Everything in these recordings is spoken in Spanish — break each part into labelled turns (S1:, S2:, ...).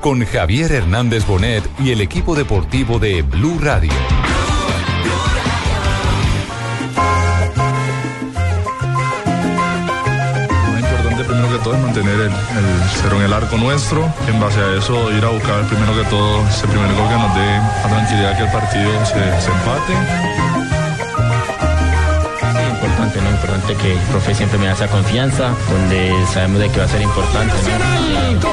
S1: con Javier Hernández Bonet y el equipo deportivo de Blue Radio.
S2: Lo importante primero que todo es mantener el, el cero en el arco nuestro. En base a eso ir a buscar primero que todo ese primer gol que nos dé la tranquilidad que el partido se, se empate.
S3: Sí, importante, ¿no? Importante que el profe siempre me da esa confianza, donde sabemos de que va a ser importante, ¿no?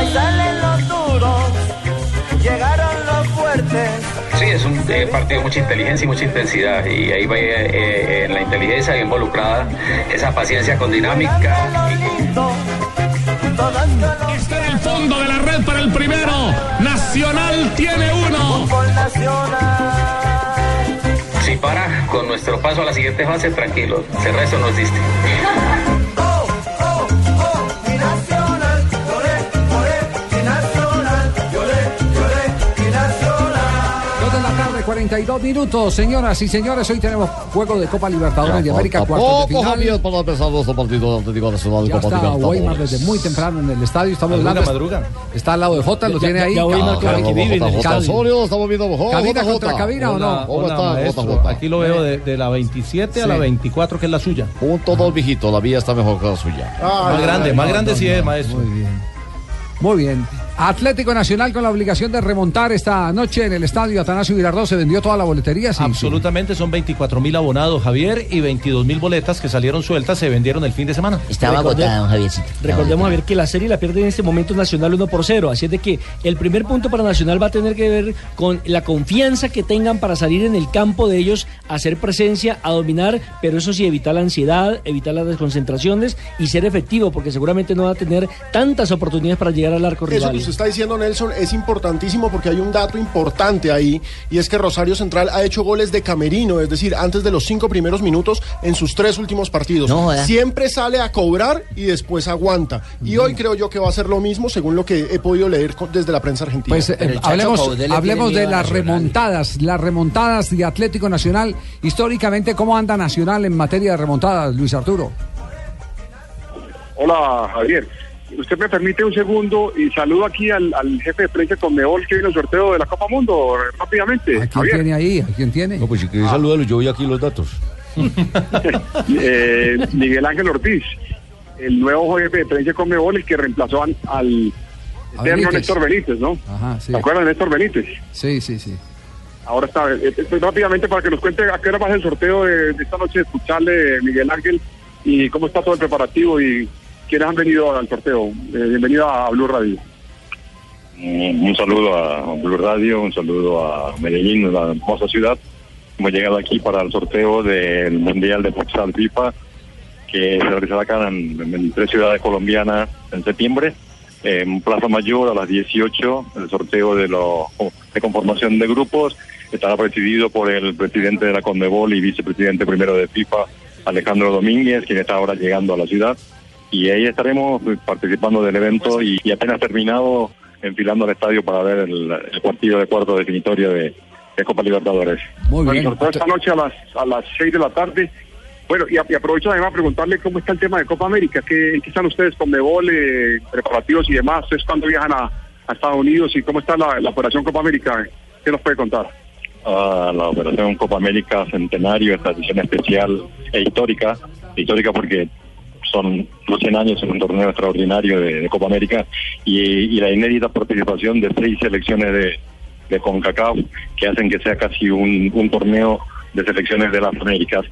S4: Ahí salen los duros, llegaron los fuertes.
S5: Sí, es un eh, partido de mucha inteligencia y mucha intensidad. Y ahí va eh, eh, en la inteligencia involucrada esa paciencia con
S6: Ah,
S5: dinámica.
S6: Está en el fondo de la red para el primero. Nacional tiene uno.
S5: Si para, con nuestro paso a la siguiente fase, tranquilo. El resto nos diste.
S7: Dos de la tarde, 42 minutos, señoras y señores. Hoy tenemos juego de Copa Libertadores
S8: Ah,
S7: de América, cuartos de final.
S8: para empezar nuestro partido Atlético Nacional
S7: Ya está Weimar desde muy temprano en el estadio. Estamos hablando. Está al lado de Jota, lo tiene ahí.
S8: Ah, claro, JJ Osorio, estamos viendo
S7: Cabina contra cabina o no?
S8: ¿Cómo está JJ? Aquí lo veo de, la 27 a la 24, que es la suya. Punto dos, viejito, la vía está mejor que la suya. más grande, más grande sí es, maestro.
S7: Muy bien. Muy bien. Atlético Nacional con la obligación de remontar esta noche en el estadio Atanasio Girardot. Se vendió toda la boletería. Sí,
S8: Absolutamente, son 24 mil abonados, Javier, y 22 mil boletas que salieron sueltas, se vendieron el fin de semana.
S9: Estaba agotada, don Javiercito.
S10: Ah,
S11: Recordemos a ver que la serie la pierde en este momento Nacional 1 por 0, así es de que el primer punto para Nacional va a tener que ver con la confianza que tengan para salir en el campo de ellos, a hacer presencia, a dominar, pero eso sí, evitar la ansiedad, evitar las desconcentraciones y ser efectivo, porque seguramente no va a tener tantas oportunidades para llegar al arco
S12: Eso
S11: rival.
S12: que usted está diciendo, Nelson, es importantísimo porque hay un dato importante ahí y es que Rosario Central ha hecho goles de camerino, es decir, antes de los cinco primeros minutos en sus tres últimos partidos.
S9: No joda.
S12: Siempre sale a cobrar y después aguanta. Y hoy creo yo que va a ser lo mismo según lo que he podido leer co- desde la prensa argentina.
S7: Pues eh,
S9: Pero el Chacho
S7: hablemos,
S9: Paudel le
S7: hablemos
S9: tiene
S7: de
S9: miedo a
S7: las
S9: Nacional.
S7: remontadas, las remontadas de Atlético Nacional. Históricamente, ¿cómo anda Nacional en materia de remontadas, Luis Arturo?
S13: Hola, Javier. Usted me permite un segundo y saludo aquí al, al jefe de prensa con Mebol que vino el sorteo de la Copa Mundo eh, rápidamente.
S7: ¿A quién
S13: Javier,
S7: tiene ahí? ¿A quién tiene? Ah.
S8: pues si querés saludarlo, yo voy aquí los datos.
S13: eh, Miguel Ángel Ortiz, el nuevo jefe de prensa con Mebol, el que reemplazó al, al
S7: A
S13: eterno
S7: Benítez.
S13: Néstor Benítez, ¿no?
S7: Ajá, sí.
S13: ¿Se acuerdan de Néstor Benítez?
S7: Sí, sí, sí.
S13: Ahora está, eh, eh, pues, rápidamente para que nos cuente a qué hora va a ser el sorteo de, de esta noche, escucharle eh, Miguel Ángel y cómo está todo el preparativo y quiénes han venido al sorteo. Eh, bienvenido a Blue Radio.
S14: Mm, Un un saludo a Blue Radio, un saludo a Medellín, la hermosa ciudad. Hemos llegado aquí para el sorteo del Mundial de Futsal FIFA, que se realizará acá en, en tres ciudades colombianas en septiembre. En Plaza Mayor a las 18, el sorteo de, los de conformación de grupos estará presidido por el presidente de la Condebol y vicepresidente primero de FIFA, Alejandro Domínguez, quien está ahora llegando a la ciudad y ahí estaremos pues, participando del evento y, y apenas terminado enfilando al estadio para ver el, el partido de cuarto definitorio de, de Copa Libertadores.
S7: Muy
S13: Bueno,
S7: bien.
S13: toda esta noche a las a las 6 de la tarde. Bueno, y, a- y aprovecho además a preguntarle cómo está el tema de Copa América, ¿Qué, en qué están ustedes con Mebol, eh, preparativos y demás, ¿Ustedes cuándo viajan a, a Estados Unidos y cómo está la, la operación Copa América? ¿Qué nos puede contar?
S14: a la operación Copa América Centenario, esta edición especial e histórica, histórica porque son los 100 años en un torneo extraordinario de, de Copa América y, y la inédita participación de seis selecciones de, de CONCACAF que hacen que sea casi un, un torneo de selecciones de las Américas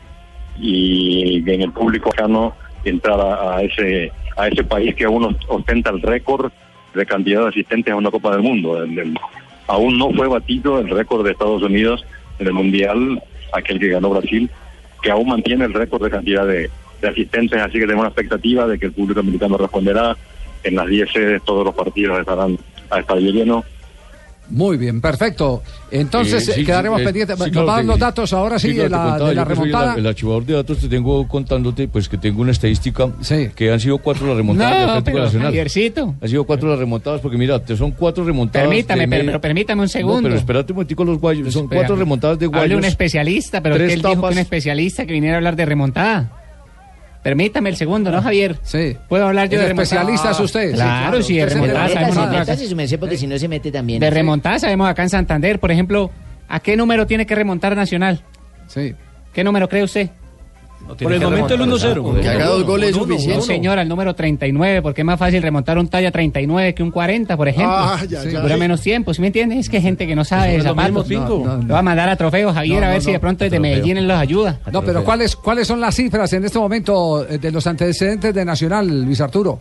S14: y en el público no entrar a, a ese a ese país que aún ostenta el récord de cantidad de asistentes a una Copa del Mundo. El- el- Aún no fue batido el récord de Estados Unidos en el Mundial, aquel que ganó Brasil, que aún mantiene el récord de cantidad de, de asistentes, así que tenemos una expectativa de que el público americano responderá. En las 10 sedes todos los partidos estarán a estadio lleno.
S7: Muy bien, perfecto. Entonces
S8: Eh, sí,
S7: eh, quedaremos
S8: sí, eh,
S7: pendientes.
S8: sí,
S7: Nos
S8: claro
S7: va a dar
S8: que-
S7: los datos ahora sí,
S8: claro,
S7: de
S8: te
S7: la,
S8: contaba
S7: de la
S8: yo que soy el-
S7: remontada.
S8: El, archivador de datos te tengo contándote pues que tengo una estadística que han sido cuatro las remontadas de Atlético Nacional. Han sido cuatro las remontadas porque mira, te son cuatro remontadas.
S15: Permítame,
S8: de
S15: pero,
S8: media-
S15: pero permítame un segundo.
S8: No, pero espérate un momentico los guayos. Son cuatro
S15: Espérame.
S8: remontadas de
S15: Hable
S8: guayos.
S15: un especialista, pero es
S8: tres
S15: que él dijo
S8: tapas.
S15: que un especialista que viniera a hablar de remontada. Permítame el segundo, ¿no, Javier?
S7: Ah, Sí.
S15: ¿Puedo hablar yo
S7: El
S15: de remontada?
S7: especialista es usted. Sí,
S15: Claro,
S7: claro.
S15: sí, de
S7: Usted se
S15: remontada
S7: levanta,
S15: sabemos
S7: se
S15: nosotros.
S7: levanta
S10: y su merced, porque si no se mete también.
S15: De
S10: Sí.
S15: remontada sabemos acá en Santander, por ejemplo, ¿a qué número tiene que remontar Nacional?
S7: Sí.
S15: ¿Qué número cree usted?
S5: Por el momento el 1-0.
S15: Que
S5: haga dos goles es
S15: No,
S5: suficiente.
S15: señor, al número 39, porque es más fácil remontar un talla 39 que un 40, por ejemplo.
S5: Ah, ya,
S15: Sí,
S5: ya.
S15: Dura
S5: Sí.
S15: menos tiempo, ¿sí me entiendes? Es que hay gente que no sabe
S5: Eso no
S15: de
S5: es lo
S15: zapatos.
S5: mismo, pingo.
S15: No, no, no. Lo va a mandar a trofeo, Javier,
S7: No,
S15: a
S7: no,
S15: ver si
S7: no.
S15: de pronto desde
S7: Trofeo.
S15: Medellín él los ayuda.
S7: No, pero ¿cuáles, ¿cuáles son las cifras en este momento eh, de los antecedentes de Nacional, Luis Arturo?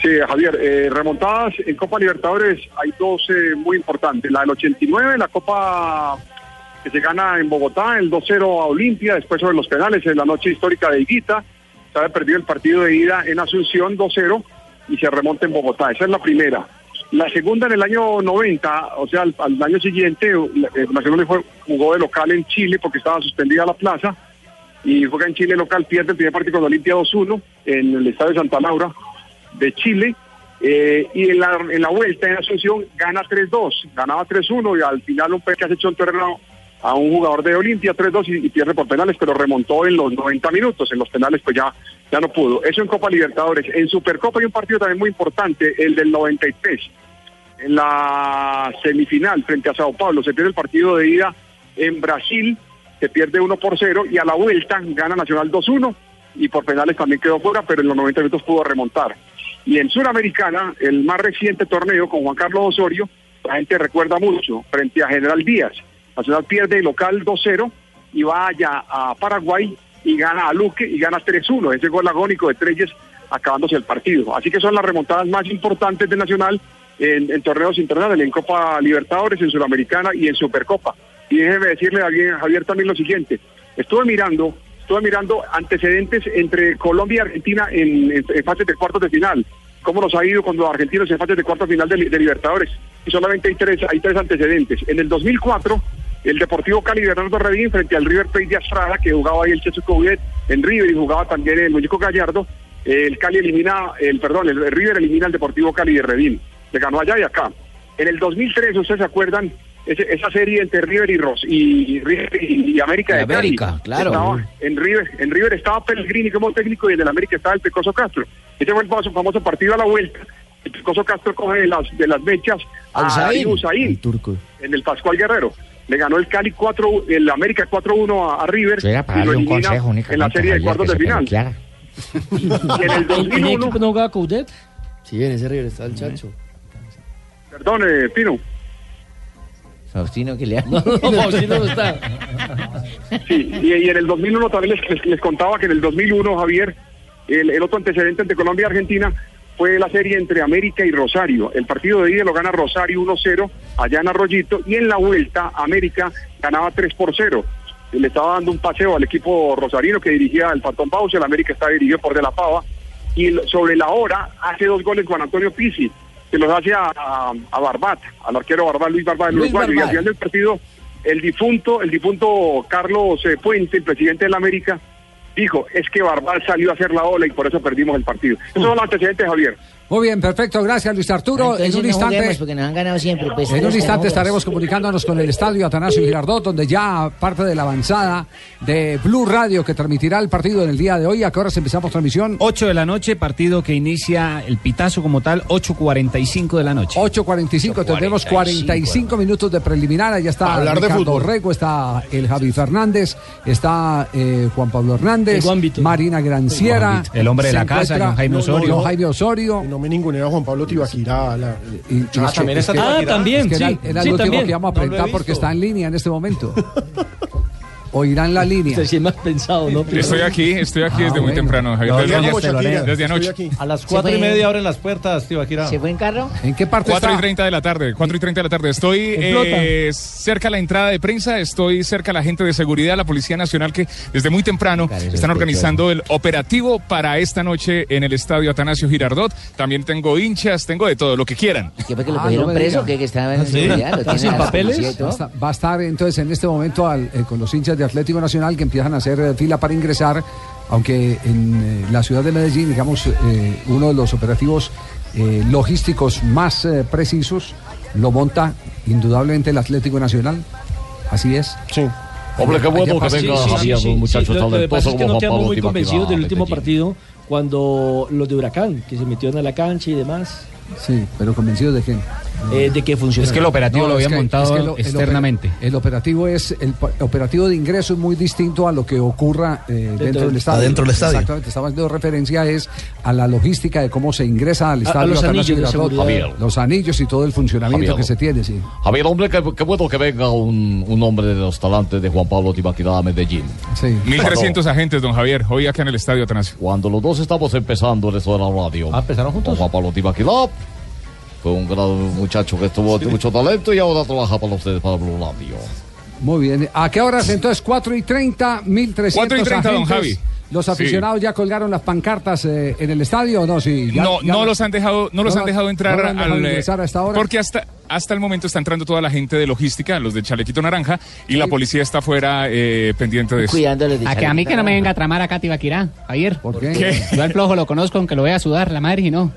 S13: Sí, Javier, eh, remontadas en Copa Libertadores hay dos eh, muy importantes. La del 89, la Copa que se gana en Bogotá, el 2-0 a Olimpia, después sobre los penales en la noche histórica de Higuita. Se había perdido el partido de ida en Asunción 2-0 y se remonta en Bogotá. Esa es la primera. La segunda en el año 90, o sea, al, al año siguiente, la- eh, Nacional fue- jugó de local en Chile porque estaba suspendida la plaza y juega en Chile local, pierde el primer partido con Olimpia 2-1 en el estadio Santa Laura de Chile. eh, y en la, en la vuelta en Asunción gana 3-2, ganaba 3-1 y al final un penal que hace hecho en terreno a un jugador de Olimpia 3-2 y, y pierde por penales, pero remontó en los 90 minutos, en los penales pues ya, ya no pudo. Eso en Copa Libertadores. En Supercopa hay un partido también muy importante, el del 93, en la semifinal frente a Sao Paulo. Se pierde el partido de ida en Brasil, se pierde 1 por 0 y a la vuelta gana Nacional 2-1 y por penales también quedó fuera, pero en los 90 minutos pudo remontar. Y en Suramericana, el más reciente torneo con Juan Carlos Osorio, la gente recuerda mucho, frente a General Díaz. Nacional pierde el local 2-0 y va allá a Paraguay y gana a Luque y gana 3-1. Ese gol agónico de Treyes acabándose el partido. Así que son las remontadas más importantes de Nacional en, en torneos internacionales, en Copa Libertadores, en Sudamericana y en Supercopa. Y déjeme decirle a Javier, Javier también lo siguiente. Estuve mirando, estuve mirando antecedentes entre Colombia y Argentina en, en- en fases de cuartos de final. Cómo nos ha ido cuando los argentinos en fases de cuartos de final de, li- de Libertadores. Y solamente hay tres, hay tres antecedentes. En el 2004, el Deportivo Cali de Bernardo Redín frente al River Plate de Astrada, que jugaba ahí el Chesu Coudet en River y jugaba también el Muñeco Gallardo. El Cali elimina, el perdón, el River elimina al Deportivo Cali de Redín. Le ganó allá y acá. En el 2003, ¿ustedes se acuerdan? Ese- esa serie entre River y Ros y, y River y, y América de
S10: Y América,
S13: Cali.
S10: claro.
S13: Estaba- en River, en River estaba Pellegrini como técnico y en el América estaba el Pecoso Castro. Ese fue el famoso, famoso partido a la vuelta. El Pecoso Castro coge de las, de las mechas
S10: Al
S13: a
S10: Zain.
S13: Darío Usain
S10: Turco.
S13: en el Pascual Guerrero. Le ganó el Cali 4, el América 4-1 a, a River.
S16: Yo era para
S13: y lo
S16: darle un
S13: elimina
S16: consejo únicamente.
S13: en la serie de
S16: Javier,
S13: cuartos de
S16: que se
S13: final.
S16: peluqueara.
S13: Y en el 2001,
S5: no jugaba Coudet?
S10: Sí, en ese River está el chacho.
S13: perdón, eh, Pino.
S10: Faustino que le ha...
S5: No, no, Faustino no está.
S13: Sí, y, y en el 2001 también les, les- les contaba que en el 2001, Javier, el, el otro antecedente entre Colombia y Argentina fue la serie entre América y Rosario. El partido de ida lo gana Rosario 1-0 allá en Arroyito y en la vuelta América ganaba 3 por 0. Y Le estaba dando un paseo al equipo rosarino que dirigía el Pantón Pausa, el América está dirigido por De La Pava y el- sobre la hora hace dos goles Juan Antonio Pizzi, que los hace a, a- a Barbat, al arquero Barbat, Luis Barbat, el
S17: Luis
S13: uruguayo, y al
S17: Barbat.
S13: final del partido el difunto, el difunto Carlos eh, Puente, el presidente de la América, dijo, es que Barbat salió a hacer la ola y por eso perdimos el partido. Esos son los antecedentes, Javier.
S7: Muy bien, perfecto, gracias Luis Arturo.
S10: Entonces
S7: en un
S10: no
S7: instante,
S10: juguemos, porque nos han ganado siempre. Pues,
S7: en un
S10: entonces
S7: instante
S10: no juguemos.
S7: estaremos comunicándonos con el estadio Atanasio Girardot, donde ya parte de la avanzada de Blue Radio que transmitirá el partido en el día de hoy. ¿A qué horas empezamos transmisión?
S15: 8 de la noche, partido que inicia el pitazo como tal, 8.45 de la noche.
S7: 8.45, tendremos 45 minutos de preliminar. Allá está
S15: Para hablar de
S7: Ricardo
S15: fútbol.
S7: Rego, está el Javi Fernández, está eh, Juan Pablo Hernández, Marina
S12: El
S7: Granciera,
S12: Juan Vito. El hombre de la
S7: se
S12: casa,
S7: encuentra-
S12: don Jaime
S7: no, no,
S12: Osorio.
S7: don Jaime Osorio.
S12: No me ningunea a Juan Pablo Tibaquirá. la- Ah,
S7: Y es que- es que- es que era- Era, el último que íbamos a presentar porque está en línea en este momento. oirán la línea. Ah,
S11: Si es más pensado, ¿no?
S2: Estoy aquí, estoy aquí desde muy temprano, Javier.
S9: No,
S2: desde,
S9: yo como
S2: ayer,
S9: Shakira,
S2: desde
S9: estoy
S2: anoche.
S9: aquí. A las
S2: Se
S9: cuatro y
S2: fue-
S9: media abren las puertas, Tibaquirá.
S18: ¿Se fue en carro?
S7: ¿En qué parte
S2: 4 y 30 de la tarde, 4 y 30 de la tarde. Estoy
S9: En flota.
S2: eh, cerca a la entrada de prensa, estoy cerca a la gente de seguridad, la Policía Nacional, que desde muy temprano están organizando el operativo para esta noche en el estadio Atanasio Girardot. También tengo hinchas, tengo de todo, lo que quieran.
S18: ¿Qué fue que
S7: Ah,
S18: lo cogieron preso? ¿Qué que estaba en seguridad? ¿Lo tienen a la policía y todo?
S7: Va a estar- Va a estar entonces en este momento al- eh, con los hinchas de Atlético Nacional que empiezan a hacer eh, fila para ingresar, aunque en eh, la ciudad de Medellín, digamos, eh, uno de los operativos eh, logísticos más eh, precisos lo monta indudablemente el Atlético Nacional. Así es. Sí.
S10: Hombre, qué bueno que
S11: Sí,
S10: venga
S11: sí,
S10: Javier,
S11: sí, sí,
S10: un
S11: sí,
S10: muchacho
S11: lo que pasa
S10: talentoso
S11: es que
S10: como
S11: no
S10: Juan
S11: quedamos
S10: Pablo
S11: muy convencidos del último
S10: Tibaquirá.
S11: partido cuando los de Huracán, que se metieron a la cancha y demás.
S7: Sí, pero convencido de que.
S11: Eh, de que funciona. Es que el operativo lo
S7: es
S11: habían montado
S7: el oper-
S11: externamente.
S7: El, operativo es el, pa- operativo de ingreso es muy distinto a lo que ocurra eh, dentro,
S11: Dentro
S7: del
S11: del-
S7: estadio.
S11: adentro del estadio.
S7: Exactamente, estaba haciendo referencia es a la logística de cómo se ingresa al
S10: A- a
S7: estadio.
S10: los
S7: Atanasio
S10: anillos de
S7: Girardot,
S10: seguridad. Javier.
S7: los anillos y todo el funcionamiento
S10: Javier.
S7: que se tiene, sí.
S10: Javier, hombre, qué, qué bueno que venga un, un hombre de los talantes de Juan Pablo Tibaquirá a Medellín.
S7: Sí.
S2: 1300 agentes, don Javier, hoy acá en el estadio Atanasio.
S10: Cuando los dos estamos empezando en eso de la radio. Ah, empezaron juntos. Juan Pablo Tibaquirá fue un gran muchacho que tuvo mucho talento y ahora trabaja para ustedes, para Blue Radio.
S7: Muy bien. ¿A qué horas entonces? 4 y 30, 1300
S10: 4 y 30, don
S7: agentes.
S10: Javi.
S7: Los
S10: Sí.
S7: aficionados ya colgaron las pancartas eh, en el estadio, ¿o ¿no? Sí, ya-
S2: no,
S7: ya
S2: no los han dejado, no los
S7: no
S2: han dejado entrar
S7: no lo han dejado
S2: al, eh,
S7: ingresar a esta hora.
S2: porque hasta hasta el momento está entrando toda la gente de logística, los de chalequito naranja y la policía está afuera eh, pendiente
S7: Pues,
S2: de eso.
S15: A que a mí que no me venga a tramar acá Tibaquirá, Javier. ¿Por
S2: qué? qué?
S15: Yo al flojo lo conozco, aunque lo vea sudar la madre y no.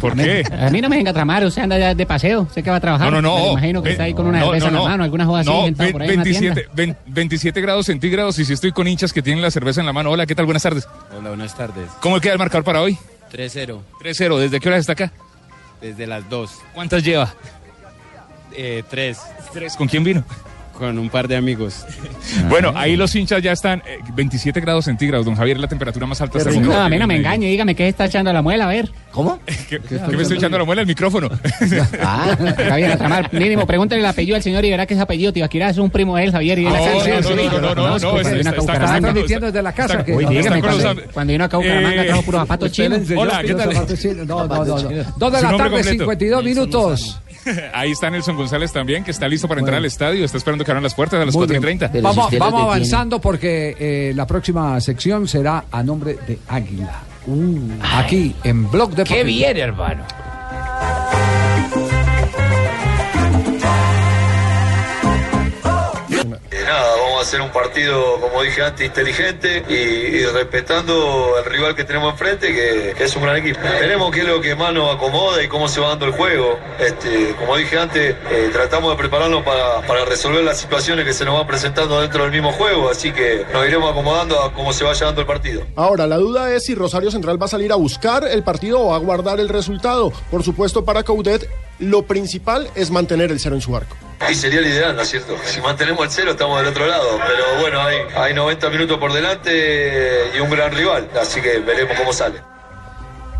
S2: ¿Por
S15: A mí-
S2: qué?
S15: A mí no me venga a tramar, usted anda ya de paseo, sé que va a trabajar.
S2: No, no, no.
S15: Me imagino que está ahí con una
S2: No,
S15: cerveza
S2: no,
S15: en
S2: no.
S15: la mano, alguna joda
S2: No,
S15: así, sentado
S2: ve-
S15: por ahí en una
S2: 27,
S15: tienda.
S2: ven- 27 grados centígrados y si estoy con hinchas que tienen la cerveza en la mano. Hola, ¿qué tal? Buenas tardes.
S19: Hola, buenas tardes.
S2: ¿Cómo queda el marcador para hoy?
S19: 3-0,
S2: 3-0. ¿Desde qué horas está acá?
S19: desde las 2.
S2: ¿Cuántas lleva?
S19: Eh, 3.
S2: ¿Con quién vino?
S19: Con un par de amigos.
S2: Bueno, ahí los hinchas ya están eh, 27 grados centígrados, don Javier, la temperatura más alta. hasta el
S15: No,
S2: momento
S15: a mí no
S2: en
S15: me
S2: Medellín.
S15: engañe, dígame qué está echando a la muela, a ver. ¿Cómo?
S2: ¿Qué, qué me estoy echando a la muela el micrófono?
S7: Ah.
S15: Javier, a tramar. Mínimo, pregúntale el apellido al señor y verá que es apellido Tibaquirá, es un primo de él, Javier. Y él
S2: No,
S15: acá-
S2: no,
S15: Sí,
S2: no,
S15: sí,
S2: no,
S15: sí, lo
S2: no, no,
S15: conozco,
S2: no,
S15: pero vino acá
S2: es-
S15: a
S2: está- está
S15: Bucaramanga.
S2: cantando,
S7: transmitiendo desde la casa. que-
S15: Uy,
S7: no,
S15: dígame,
S7: está con los-
S15: cuando, cuando vino acá a
S7: Eh,
S15: Bucaramanga, trajo puros zapatos chinos.
S2: Hola, ¿qué tal?
S7: No, no, no, no. Dos de
S2: Su
S7: la
S2: nombre
S7: tarde,
S2: completo.
S7: 52 minutos.
S2: Ahí está Nelson González también, que está listo para entrar al estadio. Está esperando que abran las puertas a las 4 y 30.
S7: Vamos, vamos avanzando porque eh, la próxima sección será a nombre de Águila. Aquí en Blog de
S4: Uh. ¡Qué bien, hermano!
S20: Eh, Nada, vamos a hacer un partido, como dije antes, inteligente y, y respetando al rival que tenemos enfrente, que, que es un gran equipo. Veremos qué es lo que más nos acomoda y cómo se va dando el juego. Este, como dije antes, eh, tratamos de prepararnos para, para resolver las situaciones que se nos van presentando dentro del mismo juego, así que nos iremos acomodando a cómo se vaya dando el partido.
S12: Ahora, la duda es si Rosario Central va a salir a buscar el partido o a guardar el resultado. Por supuesto, para Coudet, lo principal es mantener el cero en su arco.
S20: Y sería el ideal, ¿no es cierto? Si mantenemos el cero, estamos del otro lado. Pero bueno, hay, hay 90 minutos por delante y un gran rival, así que veremos cómo sale.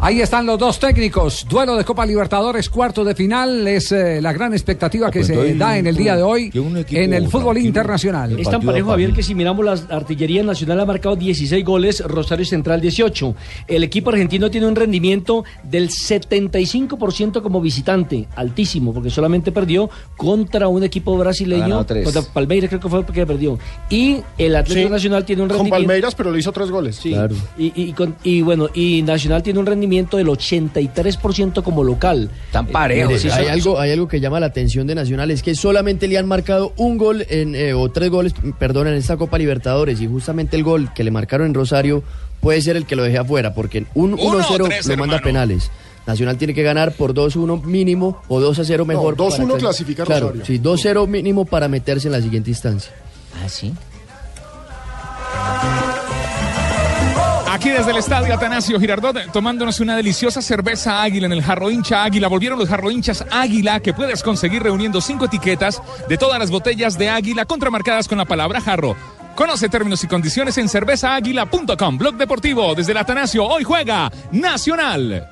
S7: Ahí están los dos técnicos. Duelo de Copa Libertadores, cuarto de final. Es eh, la gran
S4: Ah,
S7: expectativa
S4: pues
S7: que se da en el día de hoy en el fútbol internacional.
S11: Es tan parejo, Javier, que si miramos la artillería nacional ha marcado 16 goles, Rosario Central 18. El equipo argentino tiene un rendimiento del 75% como visitante, altísimo, porque solamente perdió contra un equipo
S12: Ha
S11: brasileño,
S12: ganado tres.
S11: contra Palmeiras creo que fue que perdió. Y el Atlético
S12: Sí,
S11: Nacional tiene un
S12: Con
S11: rendimiento...
S12: Palmeiras, pero le hizo tres goles.
S11: Claro. Y, y con- y bueno, y Nacional tiene un rendimiento del 83% como local. Eh, Tan
S16: Mire, hay, algo, hay algo que llama la atención de Nacional, es que solamente le han marcado un gol en, eh, o tres goles, mm, perdón, en esta Copa Libertadores y justamente el gol que le marcaron en Rosario puede ser el que lo deje afuera, porque un 1-0 lo manda a penales. Nacional tiene que ganar por 2-1 mínimo o 2-0 mejor. para
S12: 2-1
S16: clasi-
S12: clasifica
S16: claro,
S12: Rosario.
S16: Sí, 2-0 mínimo para meterse en la siguiente instancia.
S18: Ah, sí.
S2: Aquí desde el estadio Atanasio Girardot, eh, tomándonos una deliciosa cerveza águila en el jarro hincha águila. Volvieron los jarro hinchas águila que puedes conseguir reuniendo cinco etiquetas de todas las botellas de águila contramarcadas con la palabra jarro. Conoce términos y condiciones en cervezaáguila.com. Blog Deportivo desde el Atanasio. Hoy juega Nacional.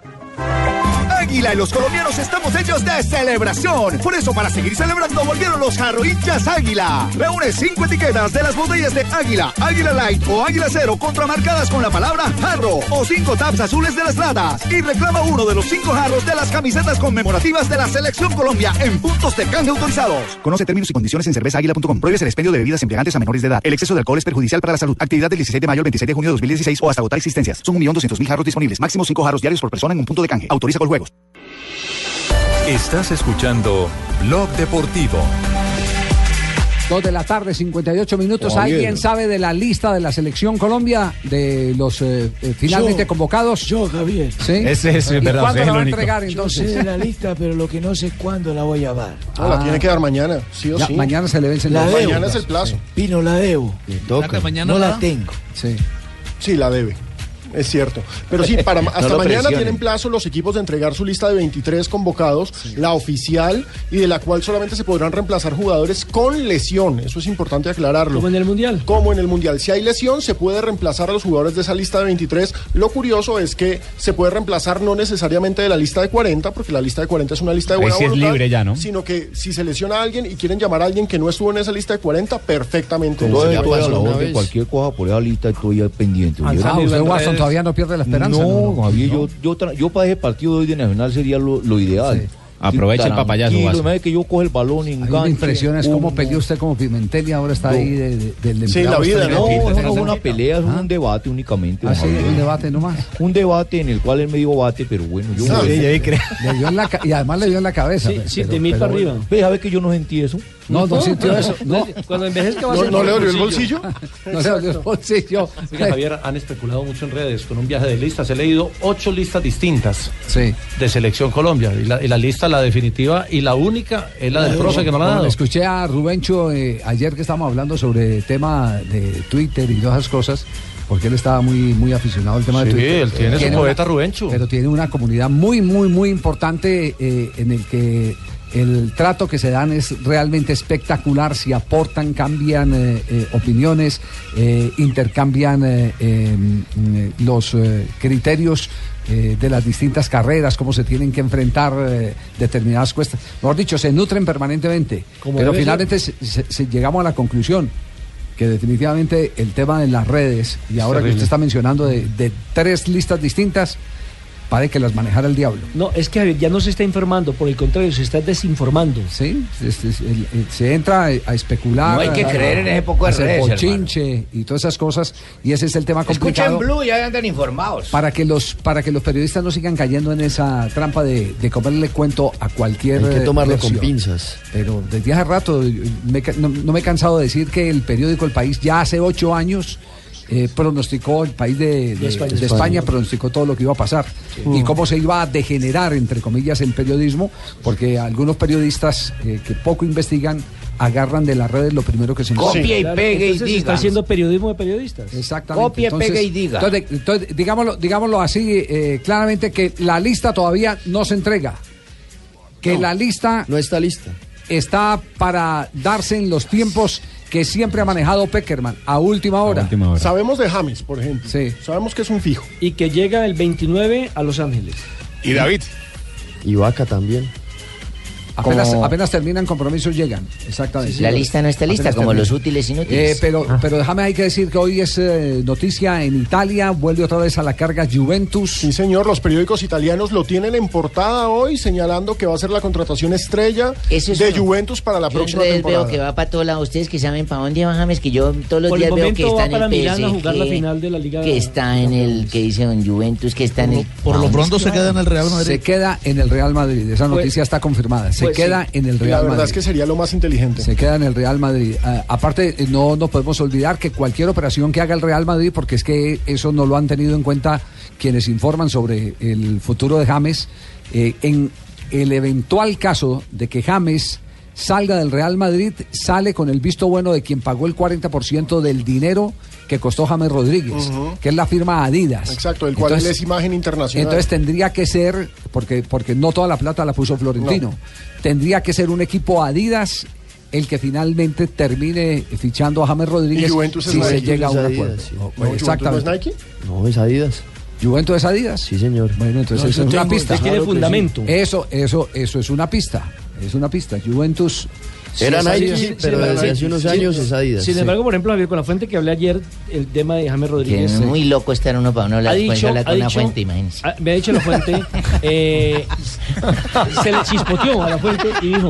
S21: Águila y los colombianos estamos hechos de celebración. Por eso, para seguir celebrando, volvieron los jarro hinchas Águila. Reúne cinco etiquetas de las botellas de Águila, Águila Light o Águila Cero contramarcadas con la palabra jarro o cinco taps azules de las latas. Y reclama uno de los cinco jarros de las camisetas conmemorativas de la Selección Colombia en puntos de canje autorizados.
S22: Conoce términos y condiciones en cervezaáguila.com. Prohíbes el expendio de bebidas embriagantes a menores de edad. El exceso de alcohol es perjudicial para la salud. Actividad del 16 de mayo al 26 de junio de 2016 o hasta agotar existencias. Son 1.200.000 jarros disponibles. Máximo 5 jarros diarios por persona en un punto de canje. Autoriza con juegos.
S1: Estás escuchando Blog Deportivo.
S7: Dos de la tarde, 58 minutos.
S21: Javier.
S7: ¿Alguien sabe de la lista de la selección Colombia de los eh, eh, finalmente
S4: Yo.
S7: convocados? Yo, Javier. ¿Sí?
S4: Ese es,
S7: ¿Y
S4: verdad,
S7: cuándo
S4: usted es
S7: la
S4: el
S7: va a
S4: único.
S7: entregar
S4: Yo
S7: entonces?
S4: sé de la lista, pero lo que no sé es cuándo la voy a dar.
S12: No, Ah,
S19: Ah.
S12: la tiene que dar mañana, sí o
S7: Ya,
S12: sí.
S7: mañana se le vence el
S4: La
S7: plazo.
S4: debo.
S7: Mañana es el plazo.
S4: Pino, la debo.
S12: toca.
S4: Mañana no
S12: ¿No la
S4: la tengo.
S7: Sí.
S12: Sí, la debe. Es cierto. Pero sí, para ma-
S4: No
S12: hasta
S4: lo
S12: mañana
S4: presione.
S12: tienen plazo los equipos de entregar su lista de 23 convocados, la oficial, y de la cual solamente se podrán reemplazar jugadores con lesión. Eso es importante aclararlo. Como en
S11: el Mundial.
S12: Como en el Mundial. Si hay lesión, se puede reemplazar a los jugadores de esa lista de 23. Lo curioso es que se puede reemplazar no necesariamente de la lista de 40, porque la lista de 40 es una lista de
S4: Ahí
S12: buena
S4: sí es
S12: voluntad,
S4: libre ya, ¿no?
S12: Sino que si se lesiona a alguien y quieren llamar a alguien que no estuvo en esa lista de 40, perfectamente.
S19: Todo
S12: se
S19: es
S12: le
S19: a
S12: pasa
S19: la
S12: una
S19: voz de
S12: vez.
S19: cualquier cosa por esa lista estoy ahí pendiente.
S7: Ah,
S19: Yo-
S7: ah, usted, Watson, todavía no pierde la esperanza.
S19: No, Javier, Yo, yo, tra- yo para ese partido de hoy de Nacional sería lo, lo ideal.
S7: Aprovecha el papayazo, Guaso.
S19: Lo que yo cojo el balón,
S7: A mí
S19: engancho.
S7: me impresiona es cómo
S19: un-
S7: peleó usted como Pimentel y ahora está ahí de- de- del empleado
S19: No,
S7: extranjero.
S19: eso no es una pelea, eso es un debate únicamente.
S7: Ah,
S19: don
S7: sí,
S19: Javier.
S7: un debate nomás.
S19: Un debate en el cual él me dio bate, pero bueno, yo.
S7: Sí,
S19: juego.
S7: sí, ahí creo. Le dio en la ca- y además le dio en la cabeza. pero- pero- pero bueno.
S19: Ve, a ver que yo no sentí eso.
S7: No, no sintió eso. No.
S11: Cuando envejezca
S7: va a No, ser no por le el dolió el bolsillo. No le dolió el bolsillo.
S9: Oiga, Javier, han especulado mucho en redes con un viaje de listas. He leído ocho listas distintas de Selección Colombia. Y la, y la lista, la definitiva y la única, es la del Prosa que no la ha
S7: Bueno,
S9: dado.
S7: Escuché a Rubencho eh, ayer que estábamos hablando sobre el tema de Twitter y todas esas cosas, porque él estaba muy, muy aficionado al tema de
S9: Sí,
S7: Twitter.
S9: él tiene su poeta
S7: Rubencho. Pero tiene una comunidad muy, muy, muy importante eh, en el que el trato que se dan es realmente espectacular, si aportan, cambian eh, eh, opiniones, eh, intercambian eh, eh, mm, los eh, criterios eh, de las distintas carreras, cómo se tienen que enfrentar eh, determinadas cuestas. Mejor dicho, se nutren permanentemente.
S4: Como
S7: pero
S4: debe
S7: finalmente se- se- se- llegamos a la conclusión que definitivamente el tema de las redes, y ahora que
S11: terrible.
S7: usted está mencionando de, de tres listas distintas, parece que las manejara el diablo.
S11: No, es que Javier ya no se está informando, por el contrario, se está desinformando.
S7: Sí, es- es- el- el- se entra a a especular.
S11: No hay que
S7: a-
S11: creer en ese
S7: a
S11: poco de
S7: hacer
S11: redes,
S7: bochinche y todas esas cosas. Y ese es el tema
S10: Escuchen
S7: complicado.
S10: Blue y ya andan informados.
S7: Para que, los, para que los periodistas no sigan cayendo en esa trampa de, de comerle cuento a cualquier.
S16: Hay que
S7: eh,
S16: tomarlo con
S7: versión.
S16: pinzas.
S7: Pero desde hace rato eh, me ca- no, no me he cansado de decir que el periódico El País ya hace ocho años eh, pronosticó el país de, de- de España,
S16: España. España.
S7: pronosticó todo lo que iba a pasar y cómo se iba a degenerar entre comillas el periodismo porque algunos periodistas eh, que poco investigan agarran de las redes lo primero que se
S11: Copia
S7: encuentra.
S11: y Claro, pegue y entonces se está diga. haciendo
S7: periodismo de periodistas. Exactamente.
S11: Copia, pegue y diga.
S7: Entonces, entonces, digámoslo, digámoslo así eh, claramente que la lista todavía no se entrega que la lista no está lista está para darse en los tiempos que siempre ha manejado Peckerman a última hora.
S12: Sabemos de James, por ejemplo. Sabemos que es un fijo.
S11: Y que llega el 29 a Los Ángeles.
S12: Y David.
S16: Y Vaca también.
S7: Apenas,
S16: Como-
S7: apenas terminan compromisos, llegan. Exactamente.
S16: Sí, sí. La lista no está lista, como los
S7: útiles
S10: inútiles.
S7: pero,
S16: Ah.
S7: pero déjame hay que decir que hoy es eh, noticia en Italia. Vuelve otra vez a la carga Juventus.
S12: Sí, señor, los periódicos italianos lo tienen en portada hoy señalando que va a ser la contratación estrella
S10: Eso es
S12: de
S10: uno.
S12: Juventus para la
S10: Yo en
S12: próxima
S10: redes
S12: temporada.
S10: veo que va para todos lados. Ustedes que saben para dónde va James, que yo todos los
S11: Por el
S10: días veo que
S11: momento
S10: está
S11: va
S10: en
S11: para
S10: el
S11: Milán a
S10: PSG,
S11: jugar la final de la Liga
S10: que está en el, que dice Don Juventus, que está en el...
S7: por lo pronto
S10: se queda en el Real Madrid.
S7: Se queda en el Real Madrid. Esa noticia está confirmada. Se
S10: pues
S7: queda
S10: sí.
S7: en el
S12: Pues, La
S7: Real Madrid.
S12: verdad es que sería lo más inteligente.
S7: Se queda en el Real Madrid. Ah, aparte, eh, no nos podemos olvidar que cualquier operación que haga el Real Madrid, porque es que eso no lo han tenido en cuenta quienes informan sobre el futuro de James, eh, en el eventual caso de que James salga del Real Madrid, sale con el visto bueno de quien pagó el 40% del dinero que costó James Rodríguez,
S12: Ujú.
S7: que es la firma Adidas.
S12: Exacto, el cual
S7: Entonces-
S12: es imagen internacional.
S7: entonces tendría que ser, porque, porque no toda la plata la puso Florentino, tendría que ser un equipo Adidas el que finalmente termine fichando a James Rodríguez
S16: Y Juventus es
S7: si se
S16: Nike,
S7: llega a un
S16: es
S7: acuerdo.
S16: Adidas, sí.
S7: O-
S16: No, Juventus no es
S7: Exactamente.
S16: No, es Adidas.
S7: Juventus es Adidas. Sí,
S16: señor.
S7: Bueno, entonces
S11: No,
S7: eso
S11: yo
S7: es una
S11: tengo-
S7: pista.
S11: usted tiene Claro que fundamento. sí.
S7: Eso, eso, eso es una pista. Es una pista. Juventus. sí
S16: Era
S7: es
S16: Nike,
S7: Adidas.
S16: pero desde hace unos años es Adidas.
S11: Sin
S16: Sí.
S11: embargo, por ejemplo, Javier, con la fuente que hablé ayer, el tema de James
S4: Que
S11: Rodríguez.
S4: es
S11: eh,
S4: muy loco estar uno para uno hablar
S11: ha
S4: con
S11: dicho,
S4: hablar
S11: ha
S4: con una
S11: dicho-
S4: fuente, imagínense.
S11: ah, me ha dicho la fuente, eh, se le chispoteó a la fuente y dijo,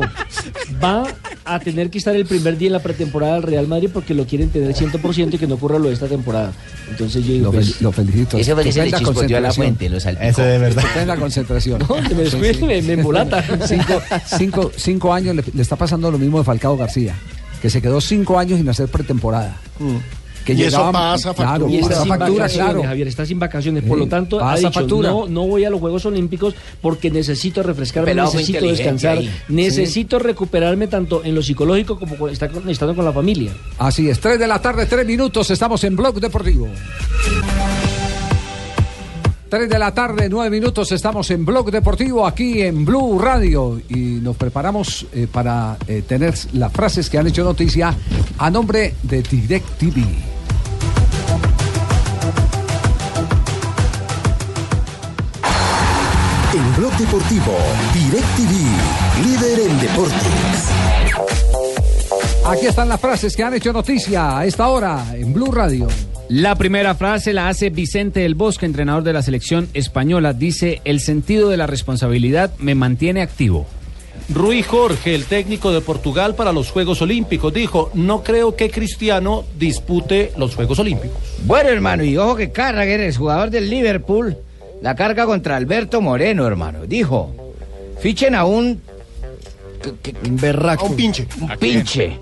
S11: va a tener que estar el primer día en la pretemporada del Real Madrid porque lo quieren tener 100% y que no ocurra lo de esta temporada. Entonces yo digo,
S7: Lo, fel-
S11: pues,
S7: lo felicito.
S11: Ese fue que se le
S7: Estupenda
S11: chispoteó a la
S7: concentración.
S11: fuente, lo salpicó. Eso de verdad.
S7: Estupenda concentración.
S11: no, me descuide, me, me embolata.
S7: cinco, cinco- cinco años le, le está pasando lo mismo de Falcao García, que se quedó cinco años sin hacer pretemporada. Que
S11: Y eso
S7: llegaba-
S11: pasa
S7: Claro,
S11: factura. Y está
S7: pasa
S11: sin
S7: factura,
S11: vacaciones,
S7: claro.
S11: Javier, está sin vacaciones. Por
S7: Sí,
S11: lo tanto, ha
S7: pasa
S11: dicho,
S7: factura.
S11: no, no voy a los Juegos Olímpicos porque necesito refrescarme,
S4: Pelado fue
S11: necesito
S4: inteligente
S11: descansar,
S4: ahí.
S11: necesito recuperarme tanto en lo psicológico como con- está- estando con la familia.
S7: Así es, 3 de la tarde, 3 minutos, estamos en Blog Deportivo. 3 de la tarde, 9 minutos, estamos en Blog Deportivo aquí en Blue Radio y nos preparamos eh, para eh, tener las frases que han hecho noticia a nombre de DirecTV.
S21: En Blog Deportivo, DirecTV, líder en deportes.
S7: Aquí están las frases que han hecho noticia a esta hora en Blue Radio.
S5: La primera frase la hace Vicente del Bosque, entrenador de la selección española. Dice, el sentido de la responsabilidad me mantiene activo.
S9: Rui Jorge, el técnico de Portugal para los Juegos Olímpicos, dijo, no creo que Cristiano dispute los Juegos Olímpicos.
S10: Bueno, hermano, y ojo que Carragher, el jugador del Liverpool, la carga contra Alberto Moreno, hermano. Dijo, fichen a un... Un
S12: berraco. A Ah. un pinche.
S10: Un pinche.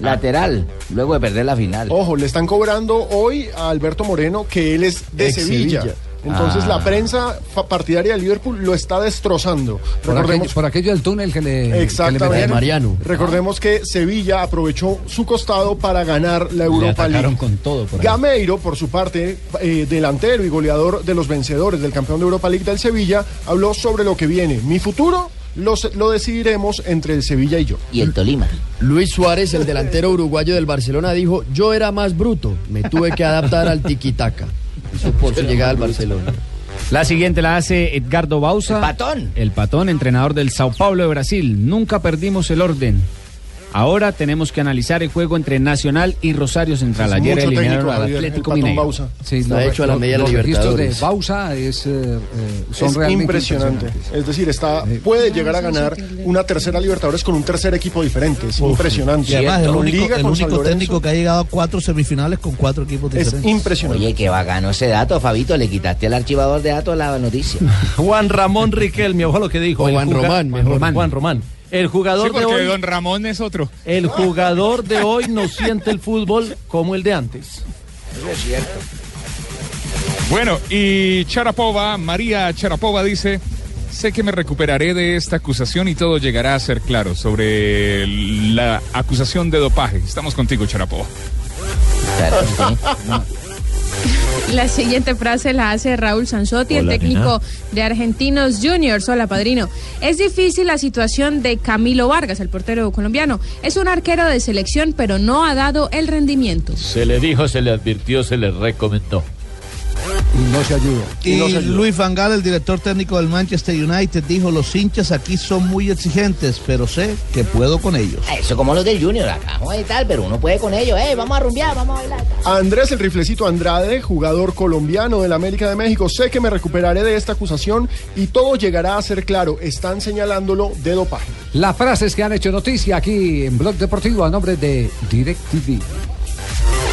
S10: Lateral, luego de perder la final.
S12: Ojo, le están cobrando hoy a Alberto Moreno que él es de
S10: Ex
S12: Sevilla.
S10: Sevilla.
S12: Entonces
S10: Ah.
S12: la prensa fa- partidaria de Liverpool lo está destrozando.
S7: Por, aquello, por aquello del túnel que le, que le
S12: Exactamente.
S7: metieron.
S12: Recordemos que Sevilla aprovechó su costado para ganar la
S23: Le
S12: Europa
S23: atacaron
S12: League.
S23: con todo por ahí.
S12: Gameiro, por su parte, eh, delantero y goleador de los vencedores del campeón de Europa League del Sevilla, habló sobre lo que viene. Mi futuro lo, se- lo decidiremos entre el Sevilla y yo.
S4: Y el Tolima.
S16: Luis Suárez, el delantero uruguayo del Barcelona, dijo, yo era más bruto, me tuve que adaptar al tiquitaca. Eso por su llegada al Barcelona.
S5: La siguiente la hace Edgardo Bausa. El patón. El patón, entrenador del Sao Paulo de Brasil. Nunca perdimos el orden. Ahora tenemos que analizar el juego entre Nacional y Rosario Central.
S7: Es
S5: Ayer
S7: mucho
S5: eliminaron
S7: técnico,
S5: al
S7: Javier, el
S5: Atlético
S7: patón
S5: Mineiro.
S7: Bausa. Sí, Está lo- hecho a la lo- medida de los registros Libertadores. de Bausa
S23: eh,
S7: es, son
S12: es
S7: realmente
S12: impresionante.
S7: impresionantes.
S12: Es decir, está,
S23: Eh,
S12: puede llegar a ganar una tercera Libertadores con un tercer equipo diferente. Es impresionante.
S23: Y además, el
S12: Con
S23: único,
S12: Liga,
S23: el
S12: con
S23: único
S12: San Lorenzo.
S23: técnico que ha llegado a cuatro semifinales con cuatro equipos diferentes.
S4: Oye, qué bacano ese dato, Fabito. Le quitaste al archivador de datos la noticia.
S9: Juan Ramón Riquelme, ojo lo que dijo.
S4: O
S9: El
S4: Juan
S9: juga-
S4: Román, mejor.
S9: Román, Juan Román. El jugador
S2: Sí,
S9: de
S2: porque
S9: hoy.
S2: Don Ramón es otro.
S9: El jugador de hoy no siente el fútbol como el de antes.
S10: es cierto.
S2: Bueno, y Charapova, María Charapova dice, sé que me recuperaré de esta acusación y todo llegará a ser claro sobre la acusación de dopaje. Estamos contigo, Charapova.
S24: La siguiente frase la hace Raúl Sanzotti,
S2: Hola,
S24: el técnico de Argentinos Juniors. Hola, padrino. Es difícil la situación de Camilo Vargas, el portero colombiano. Es un arquero de selección, pero no ha dado el rendimiento.
S8: Se le dijo, se le advirtió, se le recomendó.
S7: Y no se ayudó.
S23: Y Luis Van Gaal, el director técnico del Manchester United, dijo, los hinchas aquí son muy exigentes, pero sé que puedo con ellos.
S4: Eso como los del Junior acá, ¿no? y tal, pero uno puede con ellos. Eh, vamos a rumbear, vamos a bailar.
S12: Andrés el riflecito Andrade, jugador colombiano del América de México, sé que me recuperaré de esta acusación y todo llegará a ser claro. Están señalándolo de dopaje.
S7: Las frases que han hecho noticia aquí en Blog Deportivo a nombre de DirecTV.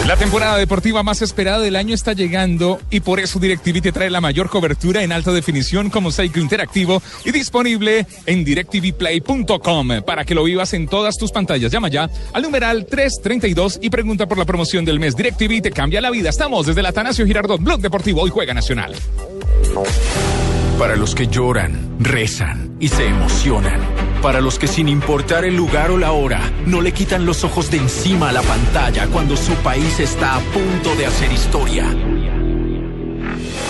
S2: La temporada deportiva más esperada del año está llegando y por eso DirecTV te trae la mayor cobertura en alta definición con mosaico interactivo y disponible en directvplay.com para que lo vivas en todas tus pantallas. Llama ya al numeral 332 y pregunta por la promoción del mes. DirecTV te cambia la vida. Estamos desde el Atanasio Girardot, Blog Deportivo, hoy juega Nacional.
S18: Para los que lloran, rezan y se emocionan. Para los que sin importar el lugar o la hora, no le quitan los ojos de encima a la pantalla cuando su país está a punto de hacer historia.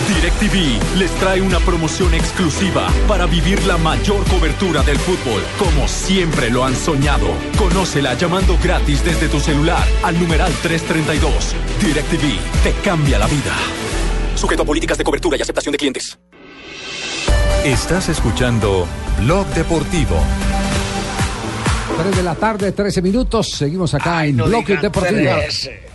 S18: DirecTV les trae una promoción exclusiva para vivir la mayor cobertura del fútbol, como siempre lo han soñado. Conócela llamando gratis desde tu celular al numeral 332. DirecTV te cambia la vida.
S8: Sujeto a políticas de cobertura y aceptación de clientes.
S1: Estás escuchando Blog Deportivo.
S7: 3 de la tarde, 13 minutos. Seguimos acá en Bloque Deportivo.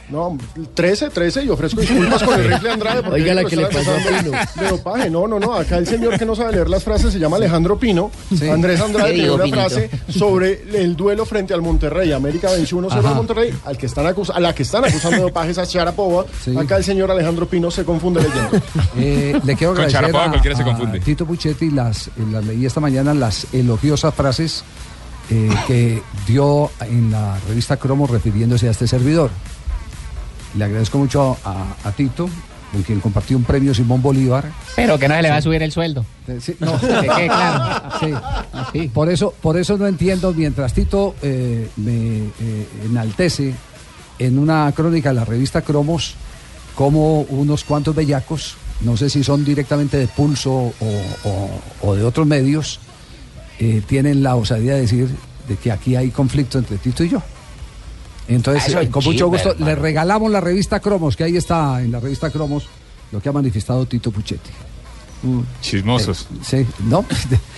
S12: No, 13, 13, y ofrezco disculpas con el rifle Andrade. porque
S16: Oiga, la
S12: digo,
S16: que le
S12: estaba
S16: pasó a
S12: acusando De dopaje, no, no, no. Acá el señor que no sabe leer las frases se llama Alejandro Pino.
S16: Sí.
S12: Andrés Andrade
S16: ¿Qué
S12: tiene
S16: digo,
S12: una
S16: Pinito?
S12: frase sobre el duelo frente al Monterrey. América venció 1-0
S16: Ajá.
S12: al Monterrey, al que están acus- a la que están acusando de dopaje es a Sharapova. Acá el señor Alejandro Pino se confunde leyendo.
S7: Eh, le quiero
S12: Con
S7: agradecer
S12: Charapova
S7: a,
S12: cualquiera se
S7: a
S12: confunde.
S7: Tito Puchetti las, eh, las leí esta mañana las elogiosas frases eh, que dio en la revista Cromo refiriéndose a este servidor. Le agradezco mucho a, a Tito, con quien compartí un premio Simón Bolívar.
S10: Pero que no se le va a subir el sueldo.
S7: Eh, Sí, no, que quede claro. Sí. Por eso, por eso no entiendo, mientras Tito eh, me eh, enaltece en una crónica de la revista Cromos, como unos cuantos bellacos, no sé si son directamente de pulso o, o- o de otros medios, eh, tienen la osadía de decir de que aquí hay conflicto entre Tito y yo. Entonces,
S25: Ah, eso
S7: eh,
S25: es
S7: con mucho
S25: chimba,
S7: gusto, le
S25: hermano.
S7: regalamos la revista Cromos, que ahí está en la revista Cromos, lo que ha manifestado Tito Puchetti.
S1: Mm.
S26: Chismosos.
S7: Sí, no.